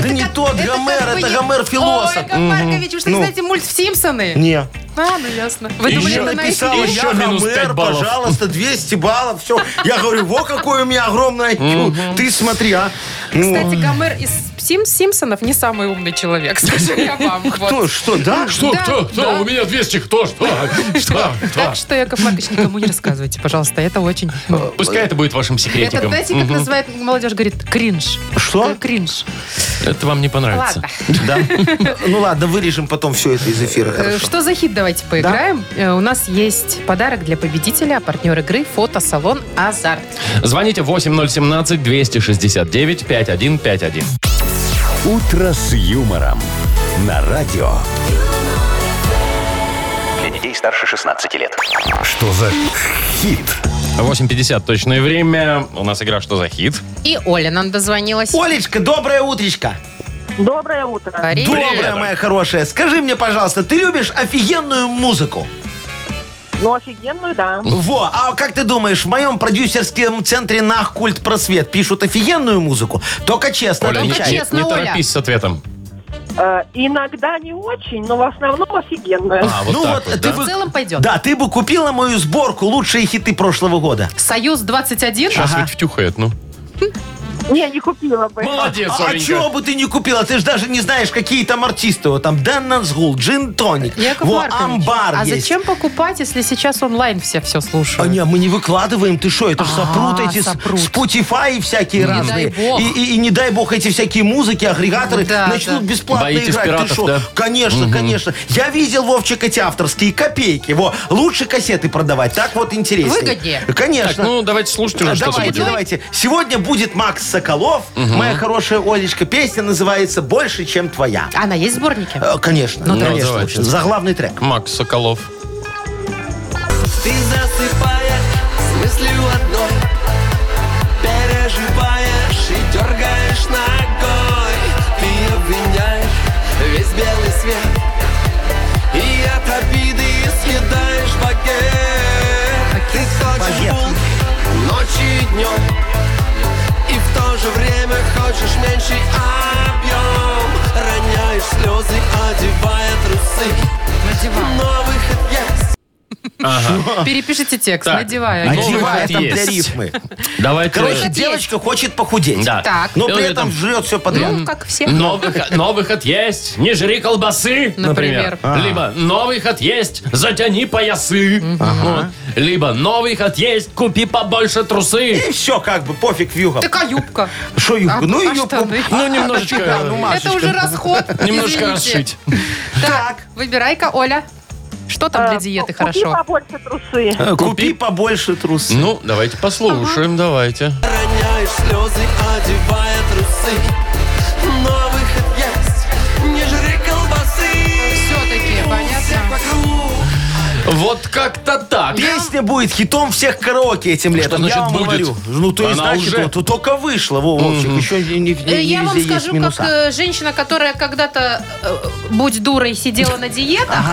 Да не как- тот как Гомер, вы это не- Гомер-философ. Ой, Яков Маркович, вы что, не Ну. знаете мульт в Симпсоны? Не. А, ну ясно. Вы думали, Еще это на написал, их- Еще я минус Гомер, пять баллов. пожалуйста, 200 баллов, все. Я говорю, во, какой у меня огромный IQ. Ты смотри, а. Ну, Кстати, Гомер из Сим- Симпсонов не самый умный человек, скажу я вам. Вот. кто, ну, что, да? Что, Да, кто, кто? да. У меня 200, кто, что? Что? Так что, Яков Маркович, никому не рассказывайте, пожалуйста. Это очень... Э, Пускай это будет вашим Это, секретиком. знаете, как называет молодежь, говорит, кринж. Что? Э, Кринж. Это вам не понравится. Ладно. Да. Ну ладно, вырежем потом все это из эфира. Э, хорошо. Что за хит давайте поиграем? Э, У нас есть подарок для победителя, а партнер игры фотосалон «Азарт». Звоните 8017-269-5151. «Утро с юмором» на радио. Для детей старше 16 лет. Что за хит? 8.50 точное время. У нас игра «Что за хит?» И Оля нам дозвонилась. Олечка, доброе утречко. Доброе утро. Говорит, Доброе, моя хорошая. Скажи мне, пожалуйста, ты любишь офигенную музыку? Ну, офигенную, да. Во, а как ты думаешь, в моем продюсерском центре «Нах Культ Просвет» пишут офигенную музыку? Только честно, Оля, не, отвечай. не- честно, не Оля. торопись с ответом. Э, иногда не очень, но в основном офигенная. А, вот ну так вот, вот, ты да? В бы- целом пойдет. Да, ты бы купила мою сборку «Лучшие хиты прошлого года». «Союз-21». Сейчас Ага. ведь втюхает, ну. Не, не купила бы. Молодец, а Оленька. чего бы ты не купила? Ты же даже не знаешь, какие там артисты. Вот там Дэн Нансгул, Джин Тоник, Яков во, Маркович, Амбар а есть. зачем покупать, если сейчас онлайн все все А слушают? не, мы не выкладываем, ты что, это ж А, сопрут эти сопрут. Spotify всякие дай разные. бог. И, и- и не дай бог эти всякие музыки, агрегаторы Да, начнут да. бесплатно Боитесь играть. пиратов, ты что? да? Конечно, конечно. Я видел, Вовчик, эти авторские копейки. Во, лучше кассеты продавать, так вот интереснее. Выгоднее. Конечно. Так, ну давайте слушать уже, А, что давайте, забудем. давайте. Сегодня будет Макс Соколов. Моя хорошая Олечка. Песня называется «Больше, чем твоя». Она А есть в сборнике? Э, Конечно, Ну, конечно. давайте. За главный трек. Макс Соколов. Ты засыпаешь с мыслью одной Переживаешь и дергаешь ногой Ты обвиняешь весь белый свет И от обиды съедаешь багет Ты хочешь багет. булки ночью и днем И в то же время хочешь меньший объем Роняешь слезы, одевая трусы Но выход есть Перепишите текст, Так. надевая. Один. Новый. Одевая выход там есть. для рифмы. Давайте. Короче, Есть. девочка хочет похудеть. Да. Так. Но Или при этом там- жрет все подряд. Ну, как все. Но выход, но выход есть, не жри колбасы, например. Например. А. Либо новый ход есть, затяни поясы. Вот. Либо новый ход есть, купи побольше трусы. И все, как бы, пофиг вьюга. Такая юбка. Шо юбку? А- ну, а и юбку. штаны? Ну, немножечко, Да, ну, Машечка. Это уже расход. Немножко расшить. извините. Так, выбирай-ка, Оля. Что там для Э, диеты ку- купи хорошо? побольше трусы. Э, Купи побольше трусы. Ну, давайте послушаем, давайте. Роняешь слезы, одевая трусы Но выход есть, не жри колбасы Все-таки, Всех понятно. вокруг Вот как-то так. Песня будет хитом всех караоке этим летом. значит я вам будет? говорю. Ну, то и Она значит, уже- вот, вот только вышла. Во, Вовчик, еще не, не- Э, Я нельзя вам есть скажу, минуса. как э, женщина, которая когда-то, э, будь дурой, сидела на диетах,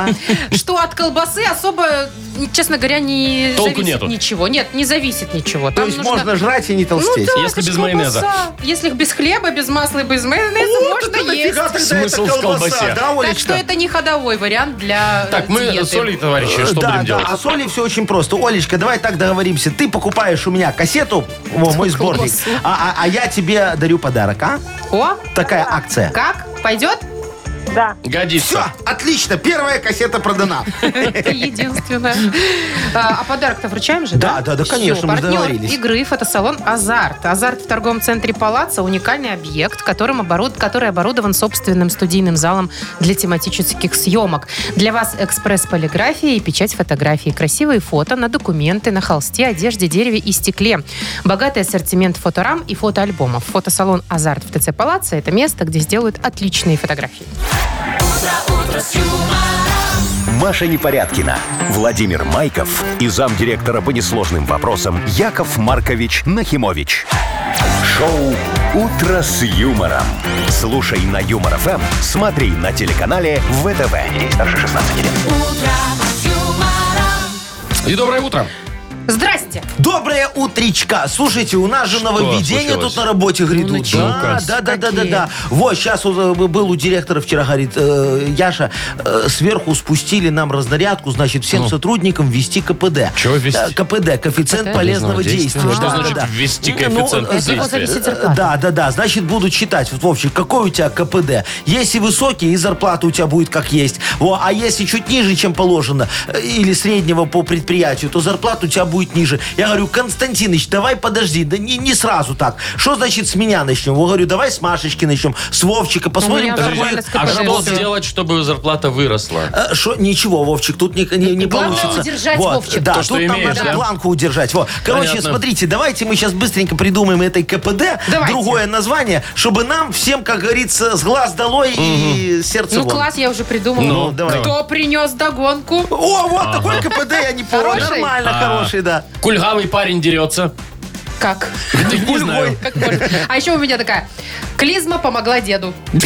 что от колбасы особо, честно говоря, не Толку зависит нету. ничего. Нет, не зависит ничего. То Там есть нужно- можно жрать и не Ну толстеть. да, Если это ж без колбаса. майонеза. Если без хлеба, без масла и без майонеза, Вот можно это есть. нафига тогда эта Смысл в колбасе. да, Так что Олечка? это не ходовой вариант для э, Так, мы диеты. с Олей, товарищи, что да, будем да, делать? а с Олей все очень просто. Олечка, давай так договоримся. Ты покупаешь у меня кассету, во, мой сборник, Колбасу. а, а- а я тебе дарю подарок, а? О, Такая акция. как? Пойдет? Да. Годится. Все, отлично, первая кассета продана. Это единственное. А а подарок-то вручаем же, да? Да, да, да, Всё, конечно, мы же партнер договорились. игры фотосалон «Азарт». «Азарт» в торговом центре «Палаца» – уникальный объект, которым оборуд- который оборудован собственным студийным залом для тематических съемок. Для вас экспресс-полиграфия и печать фотографий. Красивые фото на документы, на холсте, одежде, дереве и стекле. Богатый ассортимент фоторам и фотоальбомов. Фотосалон «Азарт» в ТЦ «Палаца» – это место, где сделают отличные фотографии. Маша Непорядкина, Владимир Майков и замдиректора по несложным вопросам Яков Маркович Нахимович. Шоу «Утро с юмором». Слушай на Юмор ФМ, смотри на телеканале ВТВ. Ей старше 16 лет. И доброе утро. Здрасте! Доброе утречка. Слушайте, у нас же Что нововведения случилось? тут на работе Ну, грядут. началось. да, да, да, да, да, Какие? да. Вот, сейчас был у директора вчера, говорит, э, Яша, э, сверху спустили нам разнарядку, значит, всем сотрудникам ввести КПД. Ну. Чего ввести? Э, КПД, коэффициент КПД? полезного Полезного действия. действия. Что Да, значит да, да. ввести Ну, коэффициент э, От него Действия. зависит зарплата. Да, да, да. Значит, будут считать. Вот, Вовчик, какой у тебя КПД? Если высокий, и зарплата у тебя будет как есть. Во, а если чуть ниже, чем положено, э, или среднего по предприятию, то зарплата у тебя будет ниже. Я говорю, Константинович, давай подожди. Да не, не сразу так. Что значит с меня начнем? Я говорю, давай с Машечки начнем, с Вовчика, Ну, меня посмотрим, как нормально будет с А Какой что работе? сделать, чтобы зарплата выросла? Э, Шо, ничего, Вовчик, тут не, не, не Главное получится. удержать, вот, Вовчик. Да, То, тут что нам имеешь, надо да? планку удержать. Вот. Короче, Понятно. смотрите, давайте мы сейчас быстренько придумаем этой КПД Давайте. другое название, чтобы нам всем, как говорится, с глаз долой и сердце Ну, вон. класс, я уже придумала. Ну, давай. Кто принес догонку? О, вот такой КПД, я не помню. Хороший? Нормально, А. хороший, да. Кульгавый парень дерется. Как? Не знаю. Как можно? А еще у меня такая. Клизма помогла деду. Ну,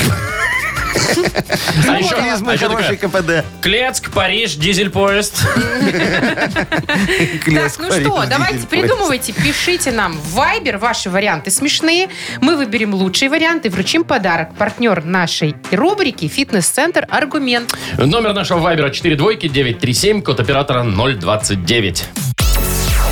А еще- Клизма, а еще хороший такая, КПД. Клецк, Париж, дизель-поезд. Клеск, так, ну парень, что, дизель, давайте парень. придумывайте, пишите нам в Viber ваши варианты смешные. Мы выберем лучший вариант и вручим подарок. Партнер нашей рубрики «Фитнес-центр Аргумент». Номер нашего вайбера 42937, код оператора 029.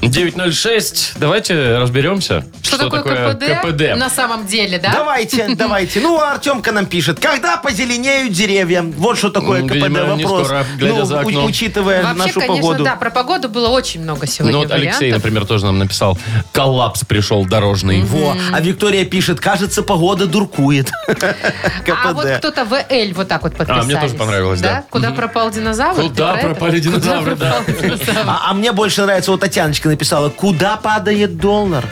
906. Давайте разберемся, Что, такое, КПД? На самом деле, да? Давайте, давайте. Ну, а Артемка нам пишет, когда позеленеют деревья? Вот что такое М, КПД Ну, видимо, не вопрос. скоро, глядя Ну, за у- окно. учитывая Вообще, нашу конечно, погоду. да, про погоду было очень много сегодня Ну вот Алексей, вариантов. например, тоже нам написал. Коллапс пришел дорожный. Во. А Виктория пишет, кажется, погода дуркует. А вот КПД. кто-то ВЛ вот так вот подписались. А, мне тоже понравилось, да. Куда пропал динозавр? Ты Куда про это? пропали динозавры, Куда да. пропал динозавр? А, а мне больше нравится, вот Татьяночка написала, куда падает доллар?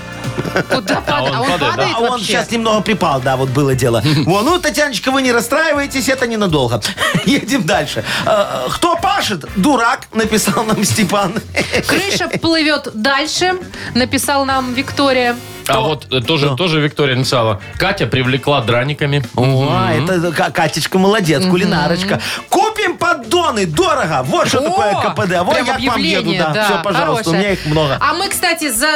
Куда падает? он А он падает, да. А падает он вообще? сейчас немного припал, да, вот было дело. Во, ну, Татьяночка, вы не расстраивайтесь, это ненадолго. Едем дальше. Э, Кто пашет? Дурак, написал нам Степан. Крыша плывет дальше, написал нам Виктория. А вот э, тоже, тоже Виктория написала. Катя привлекла драниками. А, это Ка- Катечка молодец, кулинарочка. Купим поддоны, дорого. Вот что О, такое КПД. Вот прям я к вам еду, объявление, да. да, Все, пожалуйста, у хорошее. меня их много. А мы, кстати, за...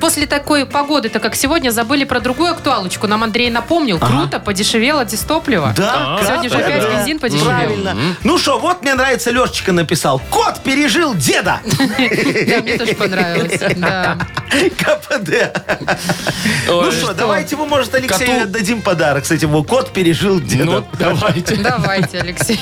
после такой погоды, так как сегодня, забыли про другую актуалочку. Нам Андрей напомнил. Круто, подешевело дистопливо. Да, Сегодня же круто, опять да. бензин подешевел. Правильно. Ну что, вот мне нравится, Лешечка написал. Кот пережил деда. Да, мне тоже понравилось. да. КПД. Ну Ой, что, давайте мы, может, Алексею Коту? отдадим подарок. Кстати, его кот пережил деда. Ну, давайте. Давайте, Алексей.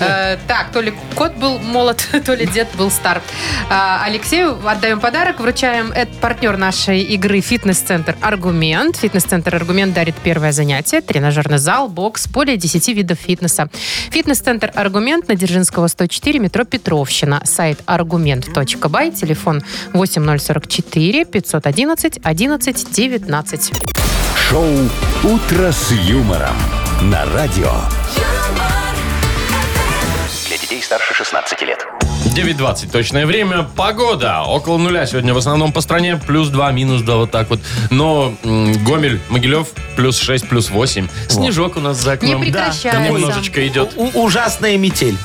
Э, Так, то ли кот был молод, то ли дед был стар. А, Алексею отдаем подарок, вручаем это партнер нашей игры «Фитнес-центр Аргумент». «Фитнес-центр Аргумент» дарит первое занятие, тренажерный зал, бокс, более 10 видов фитнеса. «Фитнес-центр Аргумент» на Дзержинского 104, метро Петровщина. Сайт аргумент.бай, телефон 8044 511 11 19. Шоу «Утро с юмором» на радио Для детей старше 16 лет. 9.20 точное время. Погода. Около нуля сегодня в основном по стране. Плюс 2, минус 2, вот так вот. Но м, Гомель, Могилев, плюс 6, плюс 8. Снежок у нас за окном. Не прекращается. Немножечко идет. У- Ужасная метель.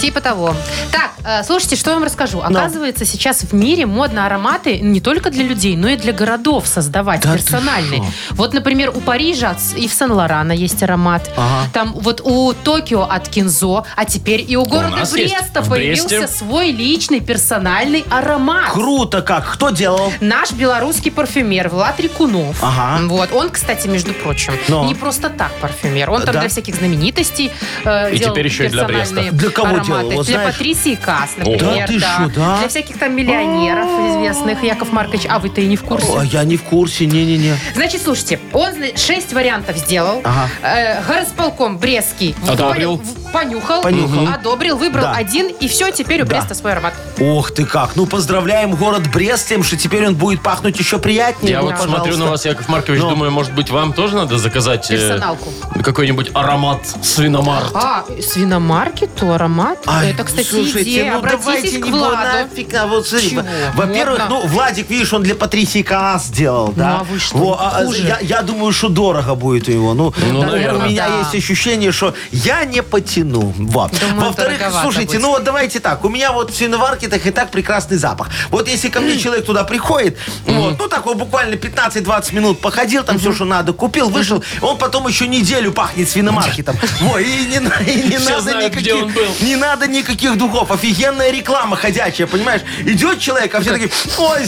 Типа того. Так, э, слушайте, что я вам расскажу. Ну. Оказывается, сейчас в мире модно ароматы не только для людей, но и для городов создавать Да ты персональные. Вот, например, у Парижа от С- Ив Сен-Лорана есть аромат. А. Ага. Там вот у Токио от Кинзо, а теперь и у города нас есть. Бреста В появился Бресте. свой личный персональный аромат. Круто как. Кто делал? Наш белорусский парфюмер Влад Рикунов. Ага. Вот. Он, кстати, между прочим, Но. не просто так парфюмер. Он там Да. для всяких знаменитостей э, И делал теперь еще и для персональные Бреста. Для кого ароматы. делал, вот для знаешь? Патрисии Касс, например. Да ты шо, да? Для всяких там миллионеров известных. Яков Маркович, а вы-то и не в курсе. А я не в курсе, не-не-не. Значит, слушайте, он зна- шесть вариантов сделал. Ага. Э, горосполком Брестский в- Одобрил. в- понюхал, Понюхал. одобрил, выбрал Да. один, и все, теперь у Да. Бреста свой аромат. Ох ты как. Ну, поздравляем город Брест с тем, что теперь он будет пахнуть еще приятнее. Я Вот, вот смотрю пожалуйста. на вас, Яков Маркович, Ну. думаю, может быть, вам тоже надо заказать э, Персоналку. какой-нибудь аромат свиномар. А, свиномаркету аромат? Ай, это, кстати, слушайте, идея. ну Обратитесь давайте к не будем Владу. нафиг, а вот смотри, Чего? Во-первых, Модно. ну, Владик, видишь, он для Патрисии Каас сделал, да? а вы что, а, а, хуже? я, я думаю, что дорого будет у его. Ну, Ну, у наверное. меня Да. есть ощущение, что я не потяну. Вот. Думаю, Во-вторых, дороговато слушайте, будет. ну вот давайте так. У меня вот в свиноваркетах и так прекрасный запах. Вот если ко мне человек туда приходит, вот, ну, такой буквально 15-20 минут походил, там все, что надо, купил, вышел, он потом еще неделю пахнет свиномаркетом. Во, и не, на- и не Все надо знают, где никаких- он был. не надо никаких духов. Офигенная реклама ходячая, понимаешь? Идет человек, а все такие, ой,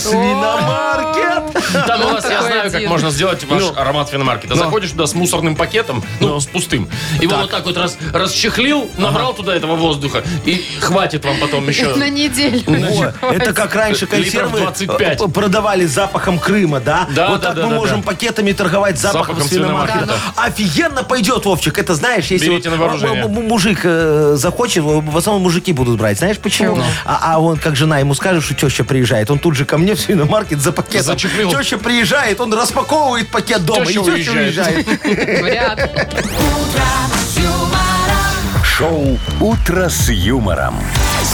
свиномаркет. Там у Он вас, я Ну, такой знаю, как один. можно сделать ваш аромат свиномаркета. Заходишь туда с мусорным пакетом, ну, с пустым. Его вот так вот раз, расчехлил, набрал туда этого воздуха, и хватит вам потом еще. На неделю. Во, это как раньше Литров консервы 25. э, продавали с запахом Крыма, да? Да, вот да, так да, мы да, можем да. пакетами торговать запахом, Запахом свиномаркета. свиномаркета. Офигенно пойдет, Вовчик. Это знаешь, если Берите вот на вооружение. м- м- мужик э, захочет, э, в основном мужики будут брать. Знаешь почему? А, а он, как жена ему скажет, что теща приезжает, он тут же ко мне в свиномаркет за пакетом. Зачехлил. Теща приезжает, он распаковывает пакет дома, Теща и теща уезжает. уезжает. Вряд. Шоу «Утро с юмором».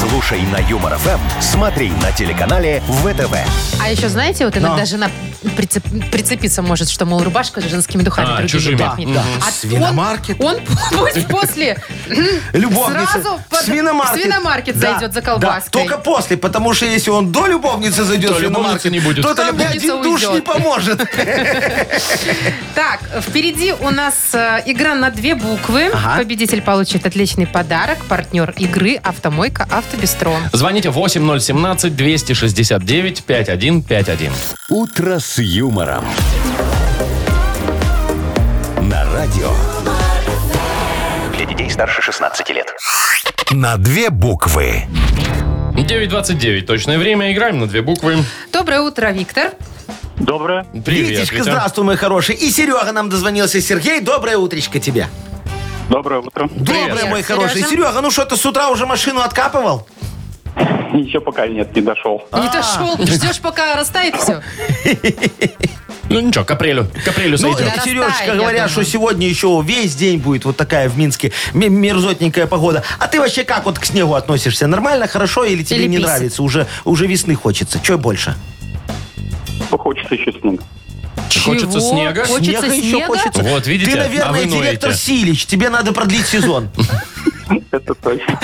Слушай на Юмор ФМ, смотри на телеканале ВТВ. А еще, знаете, вот иногда жена прицеп- прицепиться может, что, мол, рубашка с женскими духами. А, другими чужими. пахнет. Да, А он- свиномаркет. Он пусть после Любовница. сразу под- в свиномаркет. свиномаркет Да, зайдет за Да, колбаской. только после, потому что если он до любовницы зайдет То в свиномаркет, любовницы не будет. То то там ни любовница один душ не уйдет. поможет. Так, впереди у нас э, игра на две буквы. Ага. Победитель получит отличный подарок. Партнер игры «Автомойка Автобестро». Звоните 8017-269-5151. «Утро с юмором». На радио. Для детей старше 16 лет. На две буквы. 9.29. Точное время. Играем на две буквы. Доброе утро, Виктор. Доброе. Привет, Витечка, Витя. здравствуй, мой хороший. И Серега нам дозвонился. Сергей, доброе утречко тебе. Доброе утро. Доброе, Сережа. мой хороший. Серега, ну что, ты с утра уже машину откапывал? Еще пока нет, не дошел. Не А. дошел. Ждешь, пока растает все? Ну ничего, к апрелю. К апрелю Ну, сойдет. да. Сережечка, Растаял, я говорят, что думаю. сегодня еще весь день будет вот такая в Минске м- мерзотненькая погода. А ты вообще как вот к снегу относишься? Нормально, хорошо или тебе Или не писит? нравится? Уже, уже весны хочется. Че больше? Хочется еще снега. Хочется Чего? снега? Хочется Снега еще снега? хочется. Вот, видите, Ты, а наверное, вы ноете. директор Силич. Тебе надо продлить сезон. Это точно.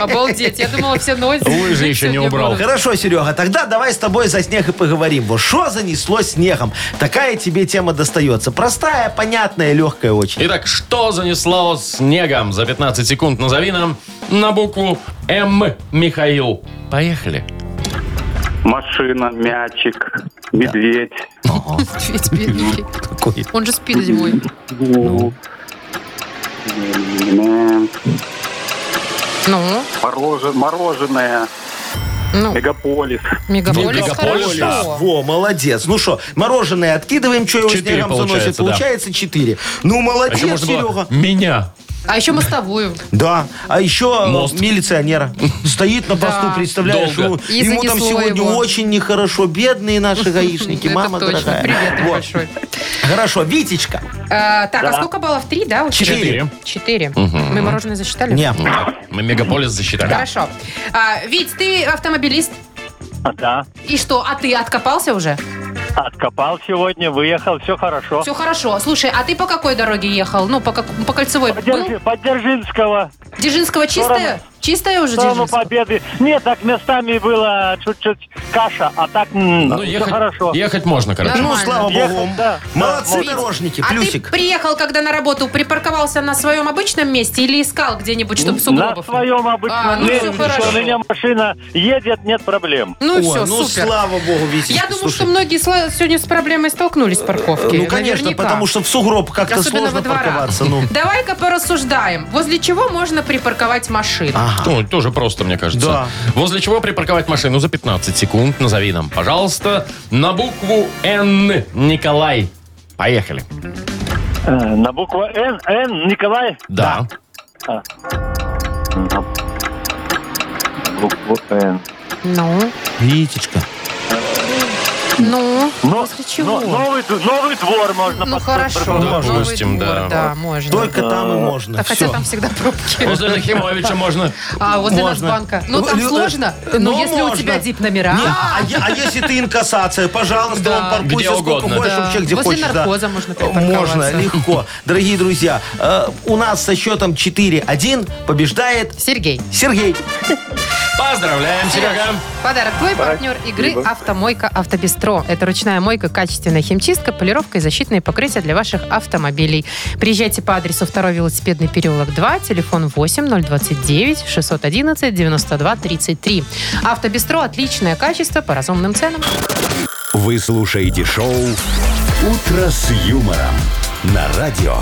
Обалдеть. Я думала, все ноль. Лыжи еще не убрал. Хорошо, Серега, тогда давай с тобой за снег и поговорим. Вот что занесло снегом? Такая тебе тема достается. Простая, понятная, легкая очень. Итак, что занесло снегом? За 15 секунд назови нам на букву М. Михаил. Поехали. А Машина, мячик, медведь. Ведь бедненький. Он же спит зимой. Ну. м, Ну, мороже- Мороженое, ну, мегаполис. мегаполис мегаполис, хорошо. Во, молодец. Ну что, мороженое откидываем, что его Четыре снегом заносит. получается, да. Получается 4. Ну, А еще молодец, можно было Серега. меня. А еще мостовую. Да, а еще Мост. милиционера. Стоит на посту, Да. представляешь? Долго. ну, И ему там занесло сегодня его. очень нехорошо. Бедные наши гаишники, Это мама точно. дорогая. Привет им Вот. большой. Хорошо, Витечка. А, Так, а сколько баллов? Три, да? у тебя? Четыре. Четыре. Мы мороженое засчитали? Не, Ну, Мы мегаполис засчитали. Хорошо. А, Вить, ты автомобилист. Да, И что, а ты откопался уже? откопал сегодня, выехал, все хорошо. Все хорошо. Слушай, а ты по какой дороге ехал? Ну, по, как- по кольцевой был? Подержи- Поддержинского. Дзержинского чистая? Сторона. Чистая уже Стану дежурство? победы. Нет, так местами было чуть-чуть каша, а так м, Ну, всё ехать, хорошо. ехать можно, короче. Ну, Нормально. слава богу. Ехать, да. Молодцы дорожники, А ты плюсик. приехал, когда на работу, припарковался на своем обычном месте или искал где-нибудь, чтобы На сугробов? своем А, обычном ну всё месте, хорошо. у меня машина едет, нет проблем. Ну О, и все, ну, супер. слава богу, Витя. Я думаю, слушай. что многие сла- сегодня с проблемой столкнулись с парковки. Ну, конечно, Наверняка. потому что в сугроб как-то Особенно во сложно дворах. парковаться. Ну. Давай-ка порассуждаем. Возле чего можно припарковать машину? А. Ну, тоже просто, мне кажется. Да. Возле чего припарковать машину за 15 секунд? Назови нам, пожалуйста, на букву Н. Николай. Поехали. Э, На букву Н, Н, Николай. Да. На букву Н. Ну, Витечка. ну, Но- возле чего? но- новый, д- новый двор можно ну под- хорошо. под- можно. Новый Допустим, двор, да. Да, можно. Только там и можно. Да, хотя Всё. там всегда пробки. Возле Нахимовича можно. А, возле Можно. Нацбанка. Ну, там Лю- сложно, э, но ну, если у можно. тебя дип номера... Не, а, я- а если ты инкассация, пожалуйста, Да. вам паркуйся Где сколько угодно. хочешь, Да. вообще где Возле хочешь. да. наркоза можно Можно, припарковаться. легко. Дорогие друзья, э, у нас со счетом 4-1 побеждает Сергей, Сергей. Поздравляем, Серега. подарок твой партнер игры «Автомойка Автобестро». Это ручная мойка, качественная химчистка, полировка и защитные покрытия для ваших автомобилей. Приезжайте по адресу 2 велосипедный переулок 2, телефон 8 029 611 92 33. «Автобестро» – отличное качество по разумным ценам. Вы слушаете шоу «Утро с юмором» на радио.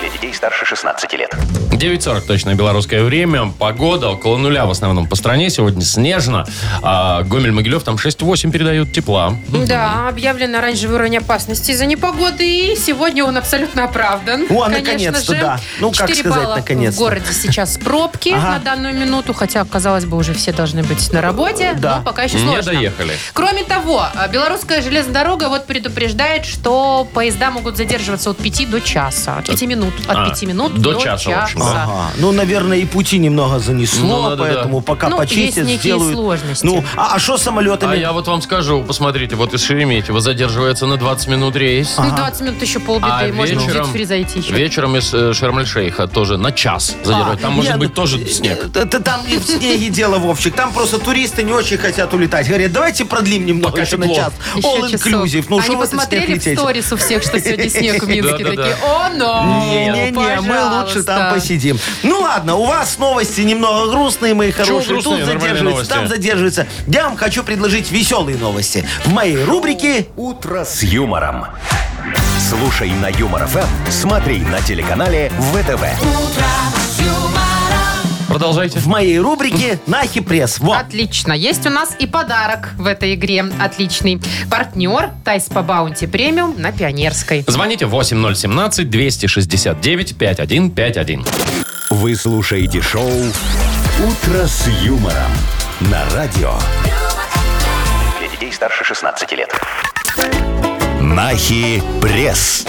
Для детей старше 16 лет. 9.40 точное белорусское время. Погода около нуля в основном по стране. Сегодня снежно. А Гомель-Могилев там 6-8 передают тепла. Да, объявлен оранжевый уровень опасности из-за непогоды. И сегодня он абсолютно оправдан. О, наконец-то, да. Ну, как Четыре сказать, балла наконец-то. В городе сейчас пробки Ага. на данную минуту, хотя, казалось бы, уже все должны быть на работе, Да. но пока еще Не сложно. доехали. Кроме того, а, белорусская железная дорога вот предупреждает, что поезда могут задерживаться от 5 до часа. От 5 минут. От а, 5 минут до до, часа, в общем, да. Ага. Ну, наверное, и пути немного занесло, Ну, надо, да. поэтому пока Ну, есть почистят, некие сделают. сложности. Ну, а что с А самолетами? я вот вам скажу, посмотрите, вот из Шереметьево задерживается на 20 минут рейс. Ну, 20 минут еще полбеды, А можно в вечером- дьюти-фри зайти еще. Вечером из э, Шерм-эль-Шейха тоже на час задерживать. Там А, может нет, быть тоже э, снег. э, Это там не в снеге дело, Вовчик. Там просто туристы не очень хотят улетать. Говорят, давайте продлим немного Пока еще на тепло. час. Еще All часов. inclusive. Ну, Они что вы этот снег посмотрели в лететь? сторис у всех, что сегодня снег в Минске. Да-да-да. Такие, о, но! Не-не-не, мы лучше там посидим. Ну ладно, у вас новости немного грустные, мои хорошие. грустные? Тут Нормальные новости. задерживаются, там задерживаются. Я вам хочу предложить веселые новости. В моей рубрике «Утро с юмором». Слушай на Юмор ФМ, смотри на телеканале ВТВ. Продолжайте. в моей рубрике Нахи Пресс. Вот. Отлично. Есть у нас и подарок в этой игре. Отличный. Партнер Тайс по Баунти Премиум на Пионерской. Звоните 8017-269-5151. Вы слушаете шоу «Утро с юмором» на радио. Для детей старше 16 лет. Нахи пресс.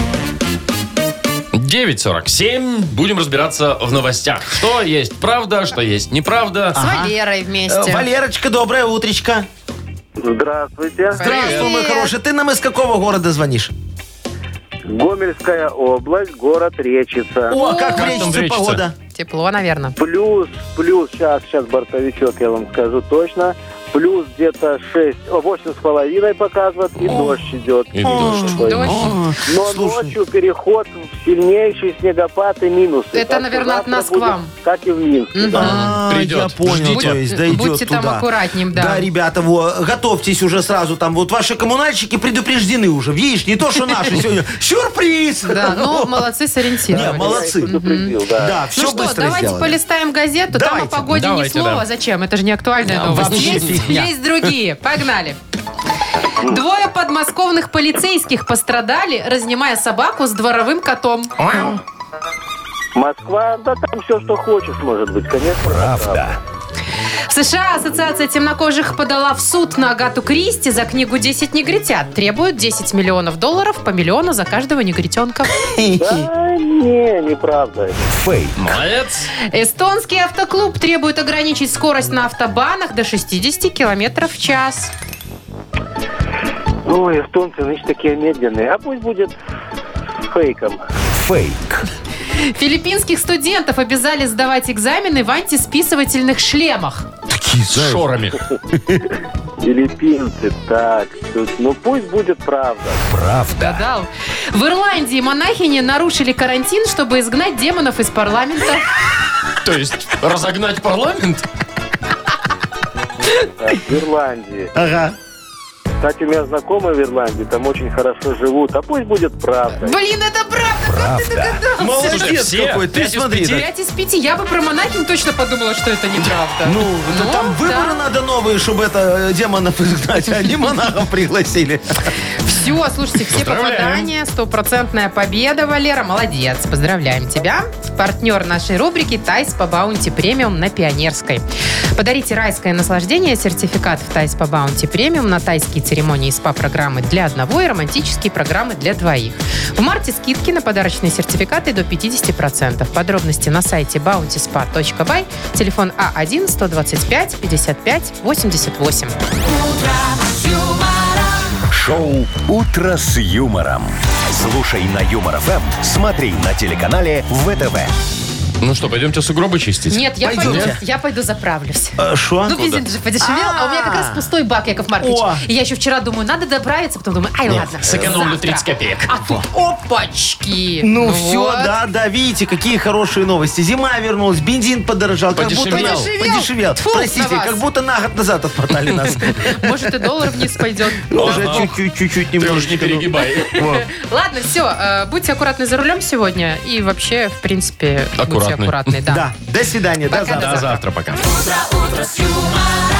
9.47. Будем разбираться в новостях. Что есть правда, что есть неправда. С Валерой Э, вместе. Валерочка, доброе утречко. Здравствуйте. Здравствуй, мой Привет. хороший. Ты нам из какого города звонишь? Гомельская область, город Речица. О, Как как в там в Речице Речице? погода? Тепло, наверное. Плюс, плюс, сейчас, сейчас бортовичок, я вам скажу точно. Плюс где-то 6, о, 8 с половиной показывает, и дождь идет. И дождь. Дождь. О, Но слушай. ночью переход в сильнейший снегопад и минусы. Это, Так что наверное, от завтра нас к будет, вам. Как и в Минске. Мгм. да. А, Придет. Я понял, Ждите. то есть дойдет Будьте там туда. аккуратнее, да. ребята, во, готовьтесь уже сразу. Там вот ваши коммунальщики предупреждены уже. Видишь, не то, что наши сегодня. Сюрприз! Да, ну, молодцы Не, сориентировались. молодцы. Предупредил, да. Да, Ну все что, быстро давайте сделали. полистаем газету. Там о Давайте, погоде давайте, ни слова. да. Зачем? Это же не актуальная новость. вообще Есть, фигня. есть другие. Погнали. Двое подмосковных полицейских пострадали, разнимая собаку с дворовым котом. Москва, да там все, что хочешь, может быть, конечно. Правда. В США Ассоциация темнокожих подала в суд на Агату Кристи за книгу «10 негритят». Требуют 10 миллионов долларов по миллиону за каждого негритенка. Да, не, неправда. Фейк. Молодец. Эстонский автоклуб требует ограничить скорость на автобанах до 60 километров в час. Ну, эстонцы, значит, такие медленные. А пусть будет фейком. Фейк. Филиппинских студентов обязали сдавать экзамены в антисписывательных шлемах. Такие, С знаешь, шорами. Филиппинцы, так. тут, Ну пусть будет правда. Правда. Гадал. В Ирландии монахини нарушили карантин, чтобы изгнать демонов из парламента. То есть разогнать парламент? Так, в Ирландии. Ага. Кстати, у меня знакомые в Ирландии, там очень хорошо живут. А пусть будет правда. Блин, это правда, как ты догадался? Слушай, Молодец все, какой, ты пять из смотри. пяти. так. Пять из пяти. Я бы про монахинь точно подумала, что это неправда. Ну, это Ну, там выборы да. надо новые, чтобы это э, демонов изгнать, а не монахов пригласили. Все, слушайте, все Поздравляем. попадания, стопроцентная победа, Валера, молодец, поздравляем тебя. Партнер нашей рубрики «Тайс по баунти премиум» на Пионерской. Подарите райское наслаждение, сертификат в «Тайс по баунти премиум» на тайские церемонии и СПА-программы для одного и романтические программы для двоих. В марте скидки на подарочные сертификаты до 50%. Подробности на сайте bountyspa.by, телефон А А1-125-55-88. Шоу «Утро с юмором». Слушай на Юмор ФМ, смотри на телеканале ВТВ. Ну что, пойдемте сугробы чистить? Нет, я пойду, Пойдемте. я пойду заправлюсь. Э, Шо? Ну, бензин же подешевел, а у меня как раз пустой бак, Яков Маркович. О. И я еще вчера думаю, надо доправиться, потом думаю, ай, ладно. Сэкономлю завтра. 30 копеек. А тут опачки. Ну все, вот. да, да, видите, какие хорошие новости. Зима вернулась, бензин подорожал, как будто Подешевел. Подешевел. подешевел. Тьфу, Простите, на вас. как будто на год назад отмотали нас. Может, и доллар вниз пойдет. Уже ну, чуть-чуть, чуть-чуть Ты уж не немножечко, ну. перегибай. Во. Ладно, все, будьте аккуратны за рулем сегодня. И вообще, в принципе, будьте Аккуратны. аккуратны. Да. Да, до свидания, до Пока, до завтра. До завтра пока. утро с юмором.